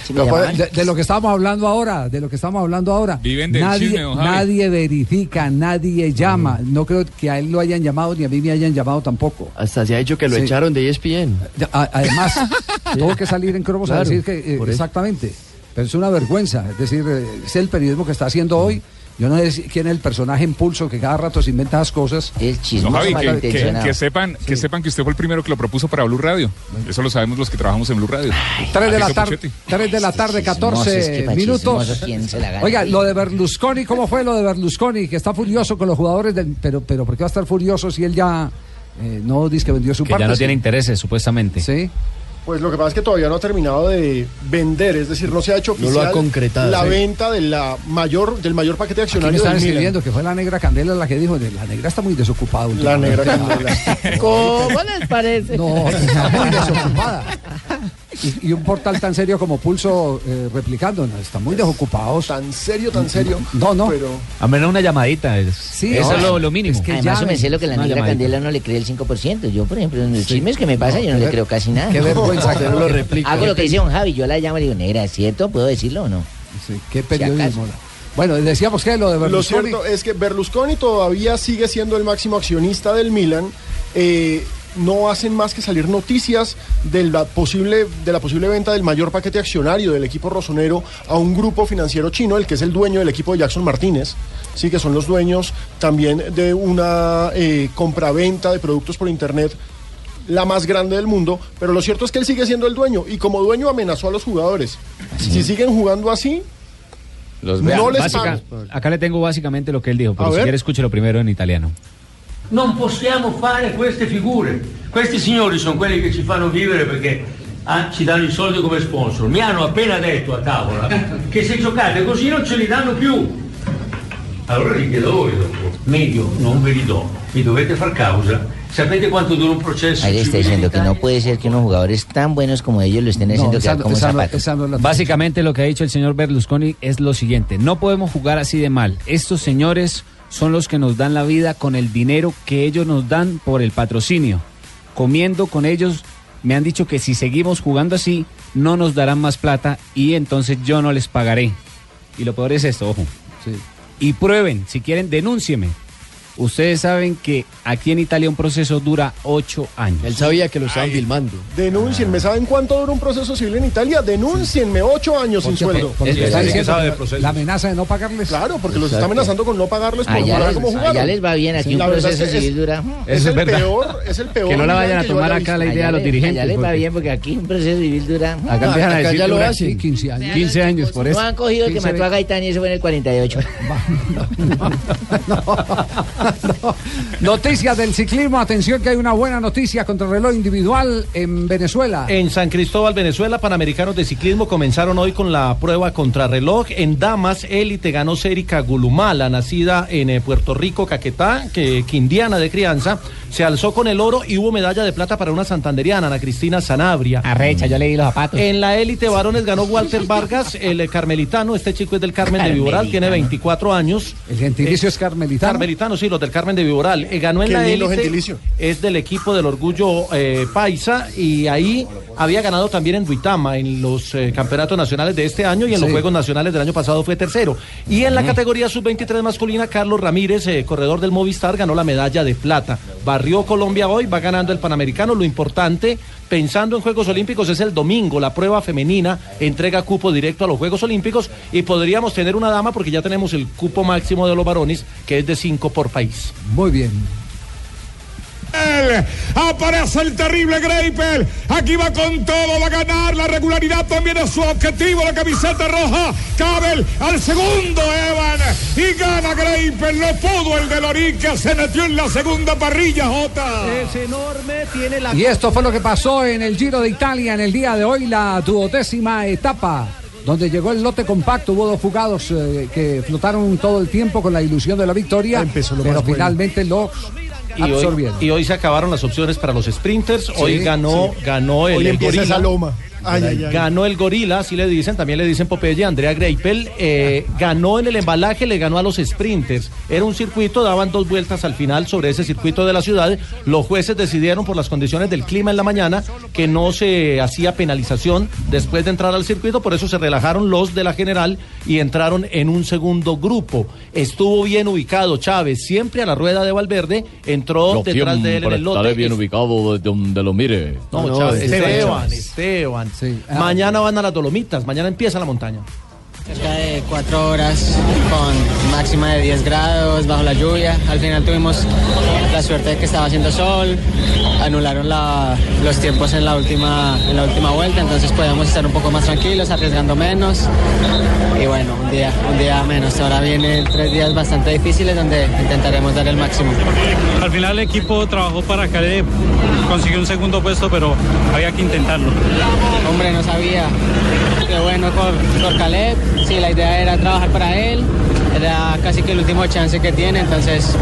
S26: Sí,
S7: Lo
S26: me
S7: cual-
S26: llaman.
S7: De, de lo que estamos hablando ahora, de lo que estamos hablando ahora.
S26: Viven del
S7: nadie,
S26: chisme, don Javi.
S7: nadie verifica, nadie llama.
S16: Mm.
S7: No creo que a él lo hayan llamado ni a mí me hayan llamado tampoco.
S16: Hasta se ha dicho que lo
S7: Sí.
S16: echaron de E ESPN.
S7: A- Además, tuvo que salir en cromos a
S16: Claro,
S7: decir que eh,
S16: por eso.
S7: exactamente. Pero es una vergüenza. Es decir, eh, es el periodismo que está haciendo hoy. Yo no sé si- quién es el personaje en pulso que cada rato se inventa las cosas.
S10: El
S26: No, Javi, que, que- que sepan, que sepan que usted fue el primero que lo propuso para Blue Radio. Eso lo sabemos los que trabajamos en Blue Radio.
S7: 3 de la
S26: Así como
S7: tarde,
S26: Chetti.
S7: 3 de la tarde,
S26: es que
S7: 14
S26: para
S7: minutos.
S26: chismosos, ¿quién se la gana?
S7: Oiga, lo de Berlusconi, ¿cómo fue lo de Berlusconi? Que está furioso con los jugadores del. Pero, pero ¿por qué va a estar furioso si él ya eh, no dice que vendió su
S5: Que
S7: parte?
S5: ya no
S7: sí?
S5: tiene intereses, supuestamente.
S7: Sí.
S12: Pues lo que pasa es que todavía no ha terminado de vender, es decir, no se ha hecho
S16: No lo
S12: oficial
S16: ha concretado,
S12: la
S16: sí.
S12: venta de la mayor, del mayor paquete
S7: Aquí me
S12: accionario
S7: están
S12: del Milan.
S7: escribiendo que fue la negra Candela la que dijo, la negra está muy desocupada.
S12: La negra
S7: Candela.
S13: ¿Cómo les parece?
S7: No, está muy desocupada. Y, y un portal tan serio como Pulso eh, replicando, no, están muy desocupados.
S12: Tan serio, tan serio.
S7: No, no.
S5: A menos una llamadita. es- eso es lo, lo mínimo.
S10: Además, yo me sé lo que la
S5: Una
S10: negra
S5: llamadita.
S10: Candela no le cree el 5%. Yo, por ejemplo, en los chismes que me pasa, yo no
S5: qué
S10: le
S5: ver-
S10: creo casi nada.
S5: qué vergüenza
S10: que
S5: que no lo replica.
S10: Hago lo que dice don Javi, yo la llamo y le digo, negra, ¿es cierto? ¿Puedo decirlo o no?
S7: Sí, qué
S10: periodismo.
S7: bueno, decíamos que lo de
S12: Lo
S10: Berlusconi.
S12: cierto es que Berlusconi todavía sigue siendo el máximo accionista del Milan. Eh, no hacen más que salir noticias de la, posible, de la posible venta del mayor paquete accionario del equipo rosonero a un grupo financiero chino, el que es el dueño del equipo de Jackson Martínez, sí que son los dueños también de una eh, compraventa de productos por internet la más grande del mundo, pero lo cierto es que él sigue siendo el dueño y como dueño amenazó a los jugadores. Si siguen jugando así,
S5: Los
S12: No
S5: vean.
S12: les
S5: Básica- acá le tengo básicamente lo que él dijo,
S12: A
S5: pero si
S12: ver.
S5: quiere escúchelo primero en italiano.
S27: Non possiamo fare queste figure. Questi signori sono quelli che ci fanno vivere perché ah, ci danno i soldi come sponsor. Mi hanno appena detto a tavola che se giocate così non ce li danno più. Allora li chiedo a voi dopo. Meglio non ve li do. Mi dovete far causa. Sapete quanto dura un processo?
S10: Ahí le está
S27: civile?
S10: diciendo que no puede ser que unos jugadores tan buenos como ellos lo estén haciendo quedar como zapatos.
S5: Básicamente lo que ha dicho el señor Berlusconi es lo siguiente, no podemos jugar así de mal. Estos señores son los que nos dan la vida con el dinero que ellos nos dan por el patrocinio. Comiendo con ellos, me han dicho que si seguimos jugando así, no nos darán más plata y entonces yo no les pagaré. Y lo peor es esto, ojo. Y prueben, si quieren, denúncieme. Ustedes saben que aquí en Italia un proceso dura ocho años. Él
S16: sabía que lo estaban filmando.
S12: Denúncienme, ¿saben cuánto dura un proceso civil en Italia? Denúncienme, ocho años sin sueldo.
S7: Porque está diciendo la amenaza de no pagarles.
S12: Claro, porque los está amenazando con no pagarles por
S10: Allá
S12: jugar
S10: les-
S12: como jugaron.
S10: allá les va bien, aquí un
S12: la verdad
S10: proceso
S12: es que es-
S10: civil dura.
S12: Es,
S10: Eso es
S12: el
S10: verdad.
S12: peor, es el peor.
S10: Que no la
S12: plan
S10: vayan a
S12: yo
S10: tomar
S12: haya
S10: acá la
S12: visto. Ah,
S10: idea de los dirigentes. Allá les va bien porque aquí un proceso civil dura.
S5: Acá empiezan a decir
S10: ya lo
S5: dura
S10: hacen.
S7: 15 años.
S5: 15 años por
S10: Pues No
S5: eso.
S10: han cogido el que
S5: 15,
S10: mató a Gaitán y eso fue en el 48.
S7: Noticias del ciclismo, atención que hay una buena noticia contra el reloj individual en Venezuela.
S9: En San Cristóbal, Venezuela, Panamericanos de Ciclismo comenzaron hoy con la prueba contrarreloj. En Damas, élite ganó Cérica Gulumala, nacida en eh, Puerto Rico, Caquetá, que, que indiana de crianza. Se alzó con el oro y hubo medalla de plata para una santanderiana, Ana Cristina Sanabria. Arrecha, yo le di los zapatos. En la élite varones ganó Walter Vargas, el eh, carmelitano. Este chico es del Carmen de Viboral, tiene
S7: Carmelitano.
S9: 24 años.
S7: El gentilicio es carmelitano.
S9: Carmelitano, sí, los del Carmen de Viboral. eh, ganó en
S12: Qué
S9: la
S12: lindo
S9: élite.
S12: gentilicio.
S9: Es del equipo del orgullo eh, paisa y ahí había ganado también en Duitama en los eh, campeonatos nacionales de este año y en los
S7: Sí.
S9: Juegos Nacionales del año pasado fue tercero. Y en la categoría sub-23 masculina, Carlos Ramírez, eh, corredor del Movistar, ganó la medalla de plata. Barrió Colombia hoy, va ganando el Panamericano. Lo importante, pensando en Juegos Olímpicos, es el domingo. La prueba femenina entrega cupo directo a los Juegos Olímpicos y podríamos tener una dama porque ya tenemos el cupo máximo de los varones, que es de cinco por país.
S7: Muy bien.
S28: Greipel. Aparece el terrible Greipel. Aquí va con todo, va a ganar. La regularidad también es su objetivo. La camiseta roja. Cabel al segundo, Evan. Y gana Greipel. No pudo el de Lorica. Se metió en la segunda parrilla, Jota.
S9: Es enorme, tiene la.
S7: Y esto fue lo que pasó en el Giro de Italia en el día de hoy, la duodécima etapa, donde llegó el lote compacto, hubo dos fugados eh, que flotaron todo el tiempo con la ilusión de la victoria, pero
S9: más bueno.
S7: finalmente los
S9: Y hoy,
S7: absorbieron.
S9: y hoy se acabaron las opciones para los sprinters. hoy
S7: Sí,
S9: ganó,
S7: sí.
S9: ganó el,
S12: Hoy
S9: el
S12: empieza
S9: gorila.
S12: esa loma. Ay, ay, ay.
S9: Ganó el gorila, así le dicen, también le dicen Popeye, Andrea Greipel, eh, ganó en el embalaje, le ganó a los sprinters. Era un circuito, daban dos vueltas al final sobre ese circuito de la ciudad. Los jueces decidieron por las condiciones del clima en la mañana que no se hacía penalización después de entrar al circuito, por eso se relajaron los de la general y entraron en un segundo grupo. Estuvo bien ubicado Chávez, siempre a la rueda de Valverde, entró
S24: Yo
S9: detrás de él en
S24: siempre
S9: el lote.
S24: estaré bien ubicado de donde lo mire.
S9: No, Chávez,
S8: este-
S9: Esteban, Esteban.
S7: ah,
S9: Mañana van a las Dolomitas, mañana empieza la montaña.
S29: Cerca de cuatro horas con máxima de 10 grados bajo la lluvia. Al final tuvimos la suerte de que estaba haciendo sol. Anularon la- los tiempos en la última en la última vuelta, entonces podíamos estar un poco más tranquilos, arriesgando menos. Y bueno, un día un día menos. Ahora vienen tres días bastante difíciles donde intentaremos dar el máximo.
S15: Al final el equipo trabajó para que consiguió un segundo puesto, pero había que intentarlo.
S29: Hombre, no sabía. Qué bueno por, por Caleb. Sí, la idea era trabajar para él. Era casi que el último chance que tiene, entonces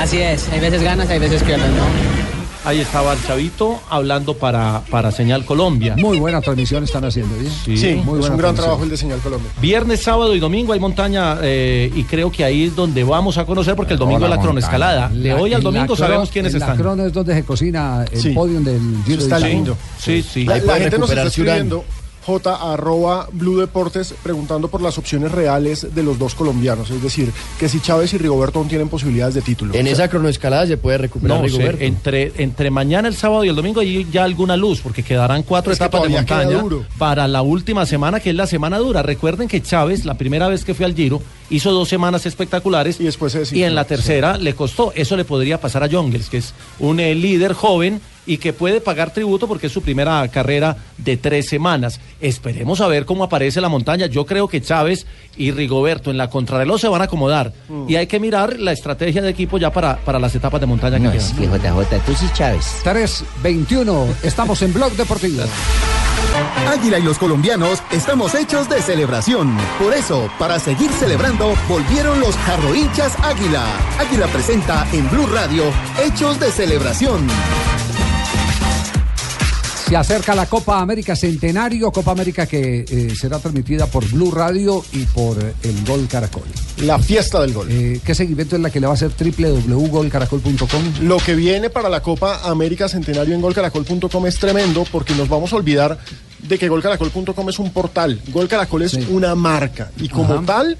S29: así es. Hay veces ganas, hay veces pierdes, ¿no?
S9: Ahí estaba el chavito hablando para, para Señal Colombia.
S7: Muy buena transmisión están haciendo.
S9: Sí,
S7: muy
S12: es
S7: buena
S12: un gran
S7: transmisión.
S12: trabajo el de Señal Colombia.
S9: Viernes, sábado y domingo hay montaña eh, y creo que ahí es donde vamos a conocer porque el domingo
S7: Hola,
S9: es la
S7: montaña.
S9: cronoescalada. De
S7: La-
S9: hoy al
S7: en la
S9: domingo
S7: crono-
S9: sabemos quiénes
S7: en la
S9: están.
S7: crono es donde se cocina el
S9: Sí.
S7: podio del Giro de Italia.
S9: Sí, sí.
S12: La, la gente nos está escribiendo J arroba Blue Deportes preguntando por las opciones reales de los dos colombianos, es decir, que si Chávez y Rigoberto aún tienen posibilidades de título.
S16: En esa cronoescalada se puede recuperar
S9: No, sé,
S16: Rigoberto.
S9: entre, entre mañana, el sábado y el domingo hay ya alguna luz, porque quedarán cuatro
S16: Es que
S9: etapas de
S16: todavía queda
S9: montaña
S16: duro.
S9: para la última semana, que es la semana dura. Recuerden que Chávez, la primera vez que fue al Giro, hizo dos semanas espectaculares y, después y en la tercera le costó. Eso le podría pasar a Jongles, que es un eh, líder joven y que puede pagar tributo porque es su primera carrera de tres semanas. Esperemos a ver cómo aparece la montaña. Yo creo que Chávez y Rigoberto en la contrarreloj se van a acomodar.
S16: Mm.
S9: Y hay que mirar la estrategia de equipo ya para, para las etapas de montaña que
S10: No,
S9: quedan.
S10: es que JJ, tú sí, Chávez.
S7: 321, estamos en Blog Deportivo.
S21: Águila y los colombianos estamos hechos de celebración. Por eso, para seguir celebrando, volvieron los jarrohinchas Águila. Águila presenta en Blue Radio Hechos de Celebración.
S7: Se acerca la Copa América Centenario, Copa América que eh, será transmitida por Blue Radio y por eh, el Gol Caracol. Eh,
S12: La fiesta del gol.
S7: ¿Qué seguimiento es la que le va a hacer www.golcaracol.com?
S12: Lo que viene para la Copa América Centenario en golcaracol.com es tremendo porque nos vamos a olvidar de que golcaracol.com es un portal. Gol Caracol es una marca y como
S19: Ajá.
S12: tal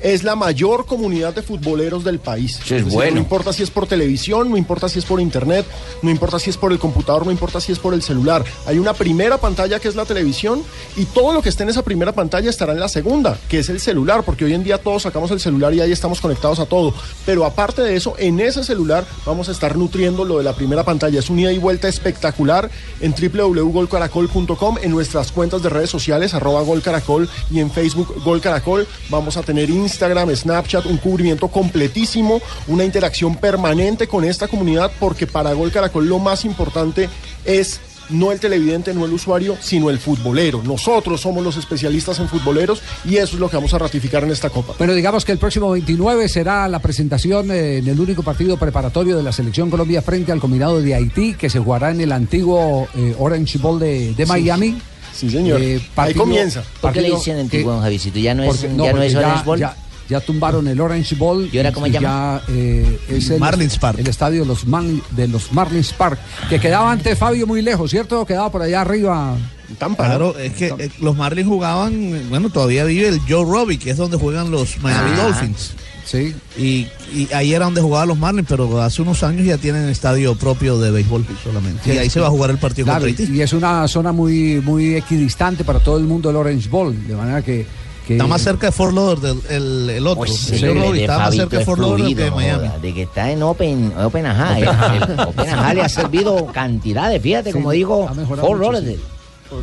S12: es la mayor comunidad de futboleros del país.
S19: es
S12: decir,
S19: bueno.
S12: No importa si es por televisión, no importa si es por internet, no importa si es por el computador, no importa si es por el celular. Hay una primera pantalla que es la televisión y todo lo que esté en esa primera pantalla estará en la segunda, que es el celular, porque hoy en día todos sacamos el celular y ahí estamos conectados a todo. Pero aparte de eso, en ese celular vamos a estar nutriendo lo de la primera pantalla. Es un ida y vuelta espectacular en www.golcaracol.com, en nuestras cuentas de redes sociales, arroba golcaracol y en Facebook Gol Caracol. Vamos a tener Instagram, Snapchat, un cubrimiento completísimo, una interacción permanente con esta comunidad, porque para Gol Caracol lo más importante es no el televidente, no el usuario, sino el futbolero. Nosotros somos los especialistas en futboleros y eso es lo que vamos a ratificar en esta Copa.
S7: Bueno, digamos que el próximo 29 será la presentación eh, en el único partido preparatorio de la Selección Colombia frente al combinado de Haití, que se jugará en el antiguo eh, Orange Bowl de, de
S10: Sí.
S7: Miami. Eh,
S12: Sí,
S10: señor. Ahí comienza. ¿Por qué le
S7: partido
S10: dicen
S7: que-
S10: antiguo, don Javicito? Ya no es- ya no
S7: porque
S10: es Orange Bowl.
S7: Ya, Ya tumbaron el Orange Bowl.
S10: ¿Y ahora cómo se
S7: Ya eh, es el,
S23: Marlins Park.
S7: el estadio de los, Man- de los Marlins Park, que quedaba antes Fabio muy lejos, ¿cierto? Quedaba por allá arriba.
S23: Tampa. Claro, es que eh, los Marlins jugaban, eh, bueno, todavía vive el Joe Robbie, que es donde juegan los Miami
S7: Ah,
S23: Dolphins.
S7: Sí.
S23: Y, y ahí era donde jugaban los Marlins, pero hace unos años ya tienen estadio propio de béisbol solamente. y ahí se va a jugar el partido
S7: Claro, y-
S23: contra Haití.
S7: y es una zona muy, muy equidistante para todo el mundo el Orange Bowl, de manera que... que-
S23: Está más cerca de Fort Lauderdale el, el otro.
S10: Pues
S23: el
S10: sí,
S23: Joe Robbie
S10: de
S23: está más
S10: Fabito
S23: cerca de Fort Lauderdale que de
S10: excluido, no
S23: Miami.
S10: joda, de que está en Open, Open Ajá. eh, el Open Ajá le ha servido cantidades, fíjate,
S7: Sí,
S10: como digo,
S7: ha mejorado
S10: Fort
S7: mucho, sí.
S10: Lauderdale.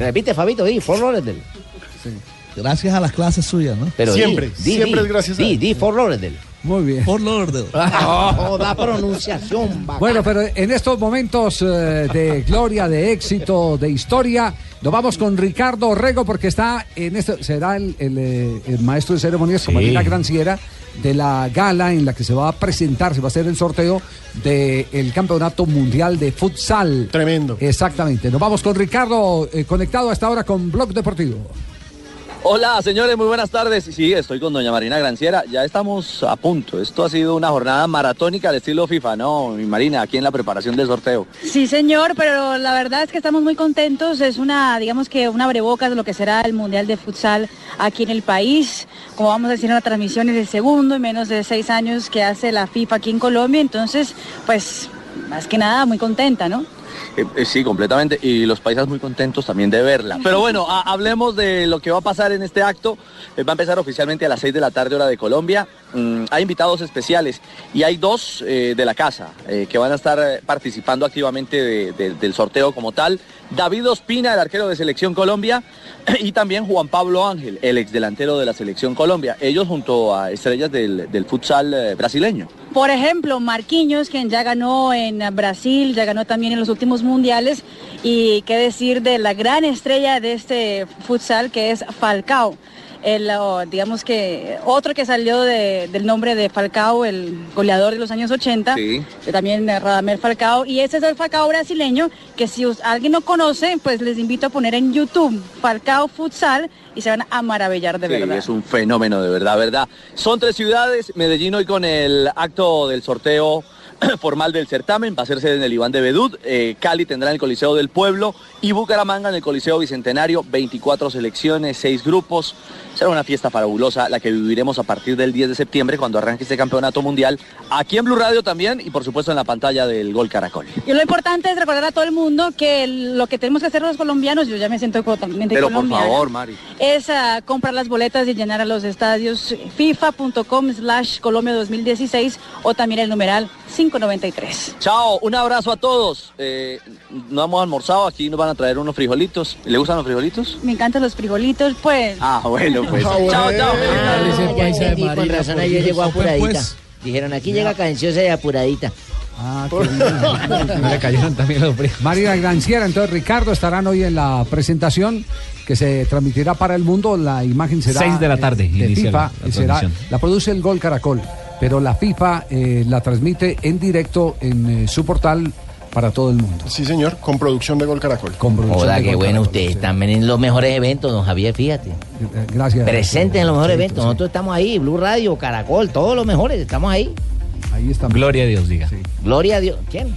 S10: Repite, Fabito, di, Fort Lauderdale.
S23: Gracias a las clases suyas, ¿no?
S10: Pero di, di, di, Di, di, Fort Lauderdale.
S7: Muy bien.
S23: Fort Lauderdale.
S10: Joda pronunciación, bacán.
S7: Bueno, pero en estos momentos eh, de gloria, de éxito, de historia, nos vamos con Ricardo Rego porque está en este, será el, el, eh, el maestro de ceremonias, como la granciera, de la gala en la que se va a presentar, se va a hacer el sorteo del Campeonato Mundial de Futsal. Tremendo. Exactamente. Nos vamos con Ricardo, eh, conectado hasta ahora con Blog Deportivo.
S30: Hola, señores, muy buenas tardes. Sí, estoy con doña Marina Granciera. Ya estamos a punto. Esto ha sido una jornada maratónica al estilo FIFA, ¿no? Mi Marina, aquí en la preparación del sorteo.
S31: Sí, señor, pero la verdad es que estamos muy contentos. Es una, digamos que una abrebocas de lo que será el Mundial de Futsal aquí en el país. Como vamos a decir en la transmisión, es el segundo en menos de seis años que hace la FIFA aquí en Colombia. Entonces, pues, más que nada, muy contenta, ¿no?
S30: Eh, eh, sí, completamente. Y los paisas muy contentos también de verla. Pero bueno, ha- hablemos de lo que va a pasar en este acto. Eh, va a empezar oficialmente a las 6 de la tarde hora de Colombia. Mm, hay invitados especiales y hay dos eh, de la casa eh, que van a estar eh, participando activamente de- de- del sorteo como tal. David Ospina, el arquero de Selección Colombia, y también Juan Pablo Ángel, el exdelantero de la Selección Colombia. Ellos junto a estrellas del, del futsal eh, brasileño.
S31: Por ejemplo, Marquinhos, quien ya ganó en Brasil, ya ganó también en los últimos mundiales, y qué decir de la gran estrella de este futsal que es Falcao. El, oh, digamos que otro que salió de- del nombre de Falcao, el goleador de los años 80,
S32: Sí.
S31: que también eh, Radamel Falcao, y ese es el Falcao brasileño, que si us- alguien no conoce, pues les invito a poner en YouTube Falcao Futsal y se van a maravillar de
S30: Sí,
S31: verdad.
S30: es un fenómeno, de verdad, verdad. Son tres ciudades, Medellín hoy con el acto del sorteo formal del certamen, va a hacerse en el Iván de Bedud, eh, Cali tendrá en el Coliseo del Pueblo y Bucaramanga en el Coliseo Bicentenario, 24 selecciones, 6 grupos. Será una fiesta fabulosa la que viviremos a partir del 10 de septiembre cuando arranque este campeonato mundial, aquí en Blue Radio también y por supuesto en la pantalla del Gol Caracol.
S31: Y lo importante es recordar a todo el mundo que lo que tenemos que hacer los colombianos, yo ya me siento totalmente
S30: Pero por
S31: colombiana,
S30: favor, Mari.
S31: es ah, comprar las boletas y llenar a los estadios fifa.com slash Colombia 2016 o también el numeral 593.
S30: Chao, un abrazo a todos. Eh, no hemos almorzado, aquí nos van a traer unos frijolitos. ¿Le gustan los frijolitos?
S31: Me encantan los frijolitos, pues.
S30: Ah, bueno, pues. Chao, chao.
S10: Ah, ya entendí, con
S32: Marina,
S10: razón
S32: por
S10: ayer
S32: Dios,
S10: llegó
S32: open,
S10: apuradita.
S32: pues.
S10: Dijeron, aquí llega cadenciosa y apuradita.
S7: Ah, María Granciera, entonces Ricardo estarán hoy en la presentación que se transmitirá para el mundo. La imagen será.
S5: Seis de la tarde,
S7: eh, de
S5: inicia
S7: FIFA.
S5: la- la
S7: y será-
S5: transmisión.
S7: la produce el Gol Caracol, pero la FIFA eh, la transmite en directo en eh, su portal para todo el mundo.
S12: Sí, señor, con producción de Gol Caracol.
S7: Con
S10: Joda, qué bueno ustedes también en los mejores eventos, don Javier, fíjate.
S7: Gracias.
S10: Presentes en los mejores
S32: pues,
S10: eventos. Nosotros estamos ahí, Blue Radio, Caracol, todos los mejores, estamos ahí.
S7: Ahí estamos.
S5: Gloria a Dios, diga.
S10: Gloria a Dios. ¿Quién?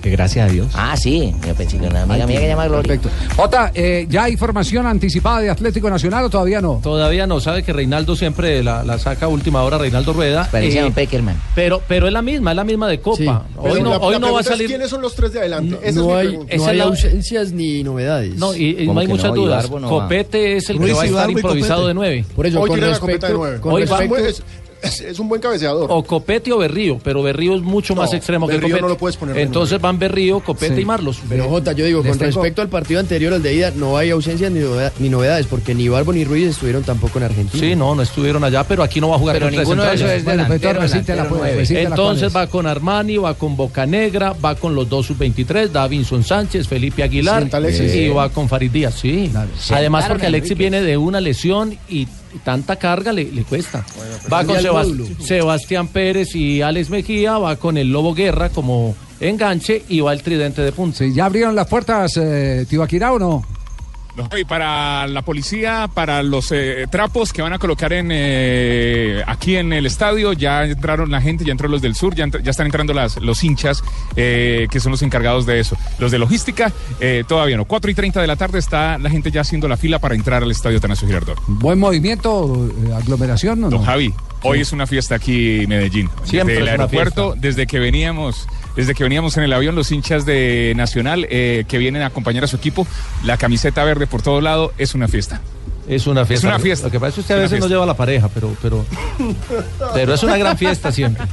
S5: Que gracias a Dios.
S10: Ah, sí, yo pensé que una amiga
S7: Ahí
S10: mía que
S7: tiene,
S10: llama Gloria.
S7: Perfecto. Jota, eh, ¿ya hay formación anticipada de Atlético Nacional o todavía no?
S9: Todavía no sabe que Reinaldo siempre la, la saca a última hora, Reinaldo Rueda.
S10: Parece
S9: Eh,
S10: don Peckerman.
S9: pero, pero es la misma, es la misma de Copa. Hoy
S12: Pero
S9: no,
S12: la-
S9: hoy
S12: la
S9: no
S12: pregunta
S9: va a
S12: es
S9: salir.
S12: ¿Quiénes son los tres de adelante? Esa
S16: No
S12: es mi
S16: hay,
S12: pregunta.
S16: no
S9: Esa es
S16: hay
S9: la-
S16: ausencias ni novedades.
S9: No, y, y no hay muchas dudas. Copete es el que va a estar improvisado de nueve.
S16: Por eso,
S12: Hoy
S16: con
S12: tiene la copeta de
S16: respecto,
S12: nueve.
S16: con
S9: Hoy va-
S12: Pues,
S16: respecto-
S12: es, es- es un buen cabeceador.
S9: O Copete o Berrío, pero Berrío es mucho más extremo que
S12: Berrío no
S9: Copete.
S12: lo puedes poner de
S9: Entonces van Berrío, Copete y Marlos.
S16: Pero Jota, yo digo,
S9: Les
S16: con
S9: tengo-
S16: respecto al partido anterior, al de ida, no hay ausencias ni, noveda- ni novedades, porque ni Barbo ni Ruiz estuvieron tampoco en Argentina.
S9: Sí, no, no estuvieron allá, pero aquí no va a jugar
S16: Pero
S9: contra
S16: ninguno de
S9: centrales.
S16: esos es Bueno, delantero, pero resiste delantero la-
S9: pues,
S16: nueve. resiste la
S9: Entonces
S16: Juanes.
S9: va con Armani, va con Boca Negra, va con los dos sub-23, Davinson Sánchez, Felipe Aguilar
S12: Sienta Alexis.
S9: y
S12: Bien.
S9: va con Farid Díaz, sí. Además porque
S12: a
S9: Alexis
S12: Enríquez.
S9: viene de una lesión y tanta carga le, le cuesta.
S12: pero
S9: va
S12: sí
S9: con
S12: al
S9: Sebas-
S12: módulo.
S9: Sebastián Pérez y Alex Mejía, va con el Lobo Guerra como enganche y va el tridente de punta.
S7: Sí, ¿Ya abrieron las puertas, eh, Tibaquirá o no?
S2: Y para la policía, para los eh, trapos que van a colocar en eh, aquí en el estadio, ya entraron la gente, ya entró los del sur, ya, entr- ya están entrando las, los hinchas eh, que son los encargados de eso. Los de logística, eh, todavía no. 4 y 30 de la tarde está la gente ya haciendo la fila para entrar al estadio Atanasio Girardot.
S7: Buen movimiento, eh, aglomeración, ¿o ¿no?
S2: Don Javi, hoy es una fiesta aquí en Medellín.
S7: Siempre
S2: Desde el
S7: es una
S2: aeropuerto, desde que veníamos, desde que veníamos en el avión, los hinchas de Nacional eh, que vienen a acompañar a su equipo, la camiseta verde por todo lado, es una fiesta.
S9: Es una fiesta.
S2: Es una fiesta.
S9: Lo que pasa es que usted a
S2: Es una
S9: veces no
S2: fiesta.
S9: lleva a la pareja, pero, pero, pero es una gran fiesta siempre.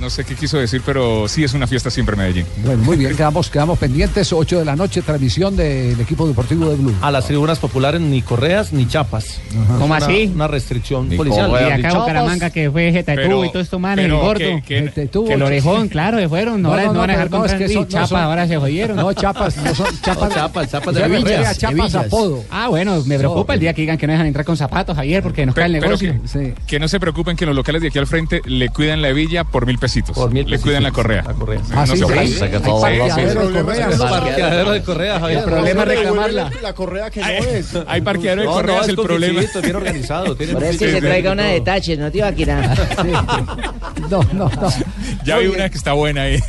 S2: No sé qué quiso decir, pero sí es una fiesta siempre en Medellín.
S7: Bueno, muy bien, quedamos, quedamos pendientes. 8 de la noche, transmisión del equipo deportivo de Blue.
S9: A las tribunas populares ni correas ni chapas.
S7: ¿Cómo
S9: Una-
S7: así?
S9: Una restricción policial.
S15: Policial. Y acá Bucaramanga que fue Jetaitú
S9: Pero-
S15: y todo esto manes, el
S9: pero
S15: gordo.
S9: que- que-
S15: Jetaitú,
S9: que
S15: el
S9: no-
S15: orejón, claro, se fueron.
S7: No,
S15: Ahora no,
S7: no, no,
S15: van a dejar
S7: no, es
S15: contra
S7: que
S15: Henry.
S7: son- no
S15: Chapas,
S7: son-
S15: ahora se jodieron.
S7: No, chapas, no son chapas.
S9: chapas, chapas
S15: de
S7: de
S15: Villas,
S7: Villas,
S15: de
S7: chapas
S15: Villas.
S7: apodo.
S15: Ah, bueno, me preocupa el día que digan que no dejan entrar con zapatos, Javier, porque nos cae el
S2: Pero
S15: negocio.
S2: que, que no se preocupen que los locales de aquí al frente le cuidan la villa por mil pesitos. le cuidan la correa.
S15: Ah,
S2: No
S15: sí,
S2: se
S15: sí.
S2: preocupen.
S15: Saca
S2: Sí,
S15: todo
S2: sí,
S15: el
S2: sí.
S15: barrio.
S9: Parqueadero de correas, Javier.
S2: El problema es
S12: reclamarla. La correa que no es.
S2: Hay parqueadero de
S9: No, no,
S2: correas,
S9: es
S2: el problema.
S9: coquillito, bien organizado. tiene
S33: Por eso
S2: Sí,
S33: que se
S2: sí,
S33: traiga
S2: sí,
S33: una
S2: todo.
S33: de taches, no te iba a quitar.
S7: No, no, no.
S2: Ya vi una que está buena ahí.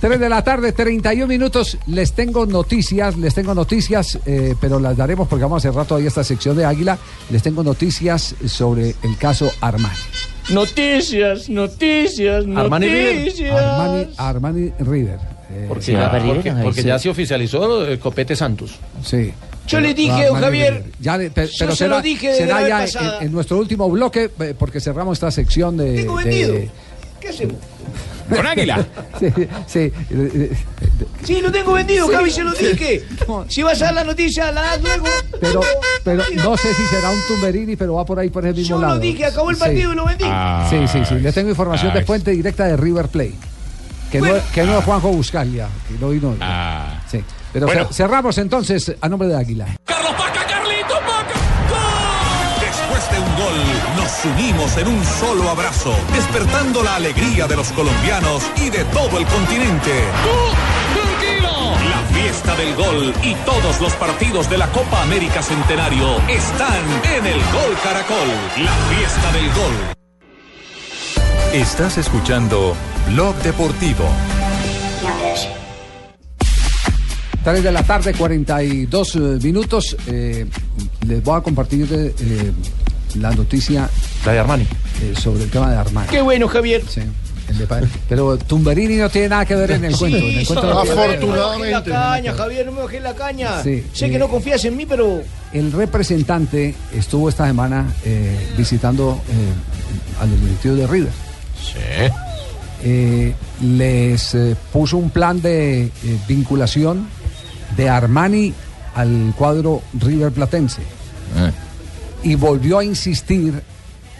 S7: 3 de la tarde, 31 minutos. Les tengo noticias, les tengo noticias, eh, pero las daremos porque vamos a cerrar todavía esta sección de Águila. Les tengo noticias sobre el caso Armani.
S15: Noticias, noticias,
S9: Armani River.
S7: Armani, Armani River. Eh,
S9: Porque,
S7: Sí,
S9: ya,
S7: va a perder,
S9: porque-
S7: ¿no? Ahí
S9: porque
S7: sí.
S9: ya se oficializó el Copete Santos.
S7: Sí.
S9: Yo le
S7: Pero-
S9: dije,
S7: Armani
S9: don Javier,
S7: River. Ya le- pe-
S9: yo
S7: pero
S9: se
S7: será,
S9: lo dije desde
S7: será
S9: la vez
S7: ya
S9: pasada.
S7: en, en nuestro último bloque, eh, porque cerramos esta sección de.
S9: Tengo
S7: de-
S9: vendido. ¿Qué hacemos?
S2: Con Águila.
S7: sí, sí. eh, eh,
S19: Sí, lo tengo vendido,
S7: Sí.
S19: Javi, se lo dije. Si vas a dar la noticia, la das luego.
S7: Pero, pero no sé si será un Tumberini, pero va por ahí por el mismo
S19: Yo lo
S7: lado.
S19: dije, acabó el partido y lo vendí.
S7: Ah, Sí, sí, sí. Le tengo información de
S19: Ay.
S7: fuente directa de River Play. Que no, que no es Juanjo Buscalia, que no vino. Sí. Pero
S4: Bueno.
S7: cer- cerramos entonces a nombre de Águila.
S4: Después de un gol, nos unimos en un solo abrazo, despertando la alegría de los colombianos y de todo el continente. La fiesta del gol y todos los partidos de la Copa América Centenario están en el Gol Caracol. La fiesta del gol.
S1: Estás escuchando Blog Deportivo.
S7: 3 de la tarde, 42 eh, minutos. Eh, les voy a compartir eh, eh, la noticia. eh,
S9: de Armani.
S7: sobre el tema de Armani.
S19: Qué bueno, Javier.
S7: El de pa- Pero Tumberini no tiene nada que ver en el cuento. En el cuento no tiene nada que ver.
S19: No me bajé la caña, Javier, no me bajé la caña.
S7: Sí,
S19: sé
S7: eh,
S19: que no confías en mí, pero
S7: El representante estuvo esta semana eh, visitando eh, a los directivos de River. Eh, les eh, puso un plan de eh, vinculación de Armani al cuadro River Platense.
S8: Eh,
S7: Y volvió a insistir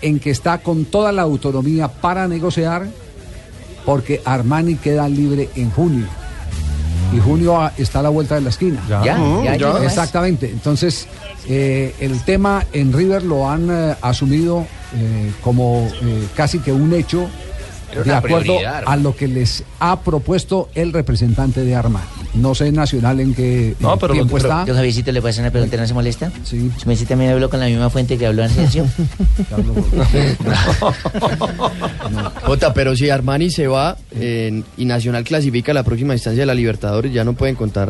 S7: en que está con toda la autonomía para negociar porque Armani queda libre en junio. Y junio ah, está a la vuelta de la esquina.
S26: Ya, Ya, ujú, ya, ya.
S7: Exactamente. Entonces, eh, el tema en River lo han eh, asumido eh, como eh, casi que un hecho
S4: Era
S7: de
S4: una
S7: acuerdo
S4: prioridad.
S7: a lo que les ha propuesto el representante de Armani. No sé Nacional en qué eh, tiempo está.
S10: Yo, Javiercito, le puedo hacer una pregunta, ¿no se molesta?
S7: Sí.
S10: Si me dice también habló con la misma fuente que habló Asensio.
S16: Jota, pero si Armani se va eh, y Nacional clasifica a la próxima instancia de la Libertadores, ya no pueden contar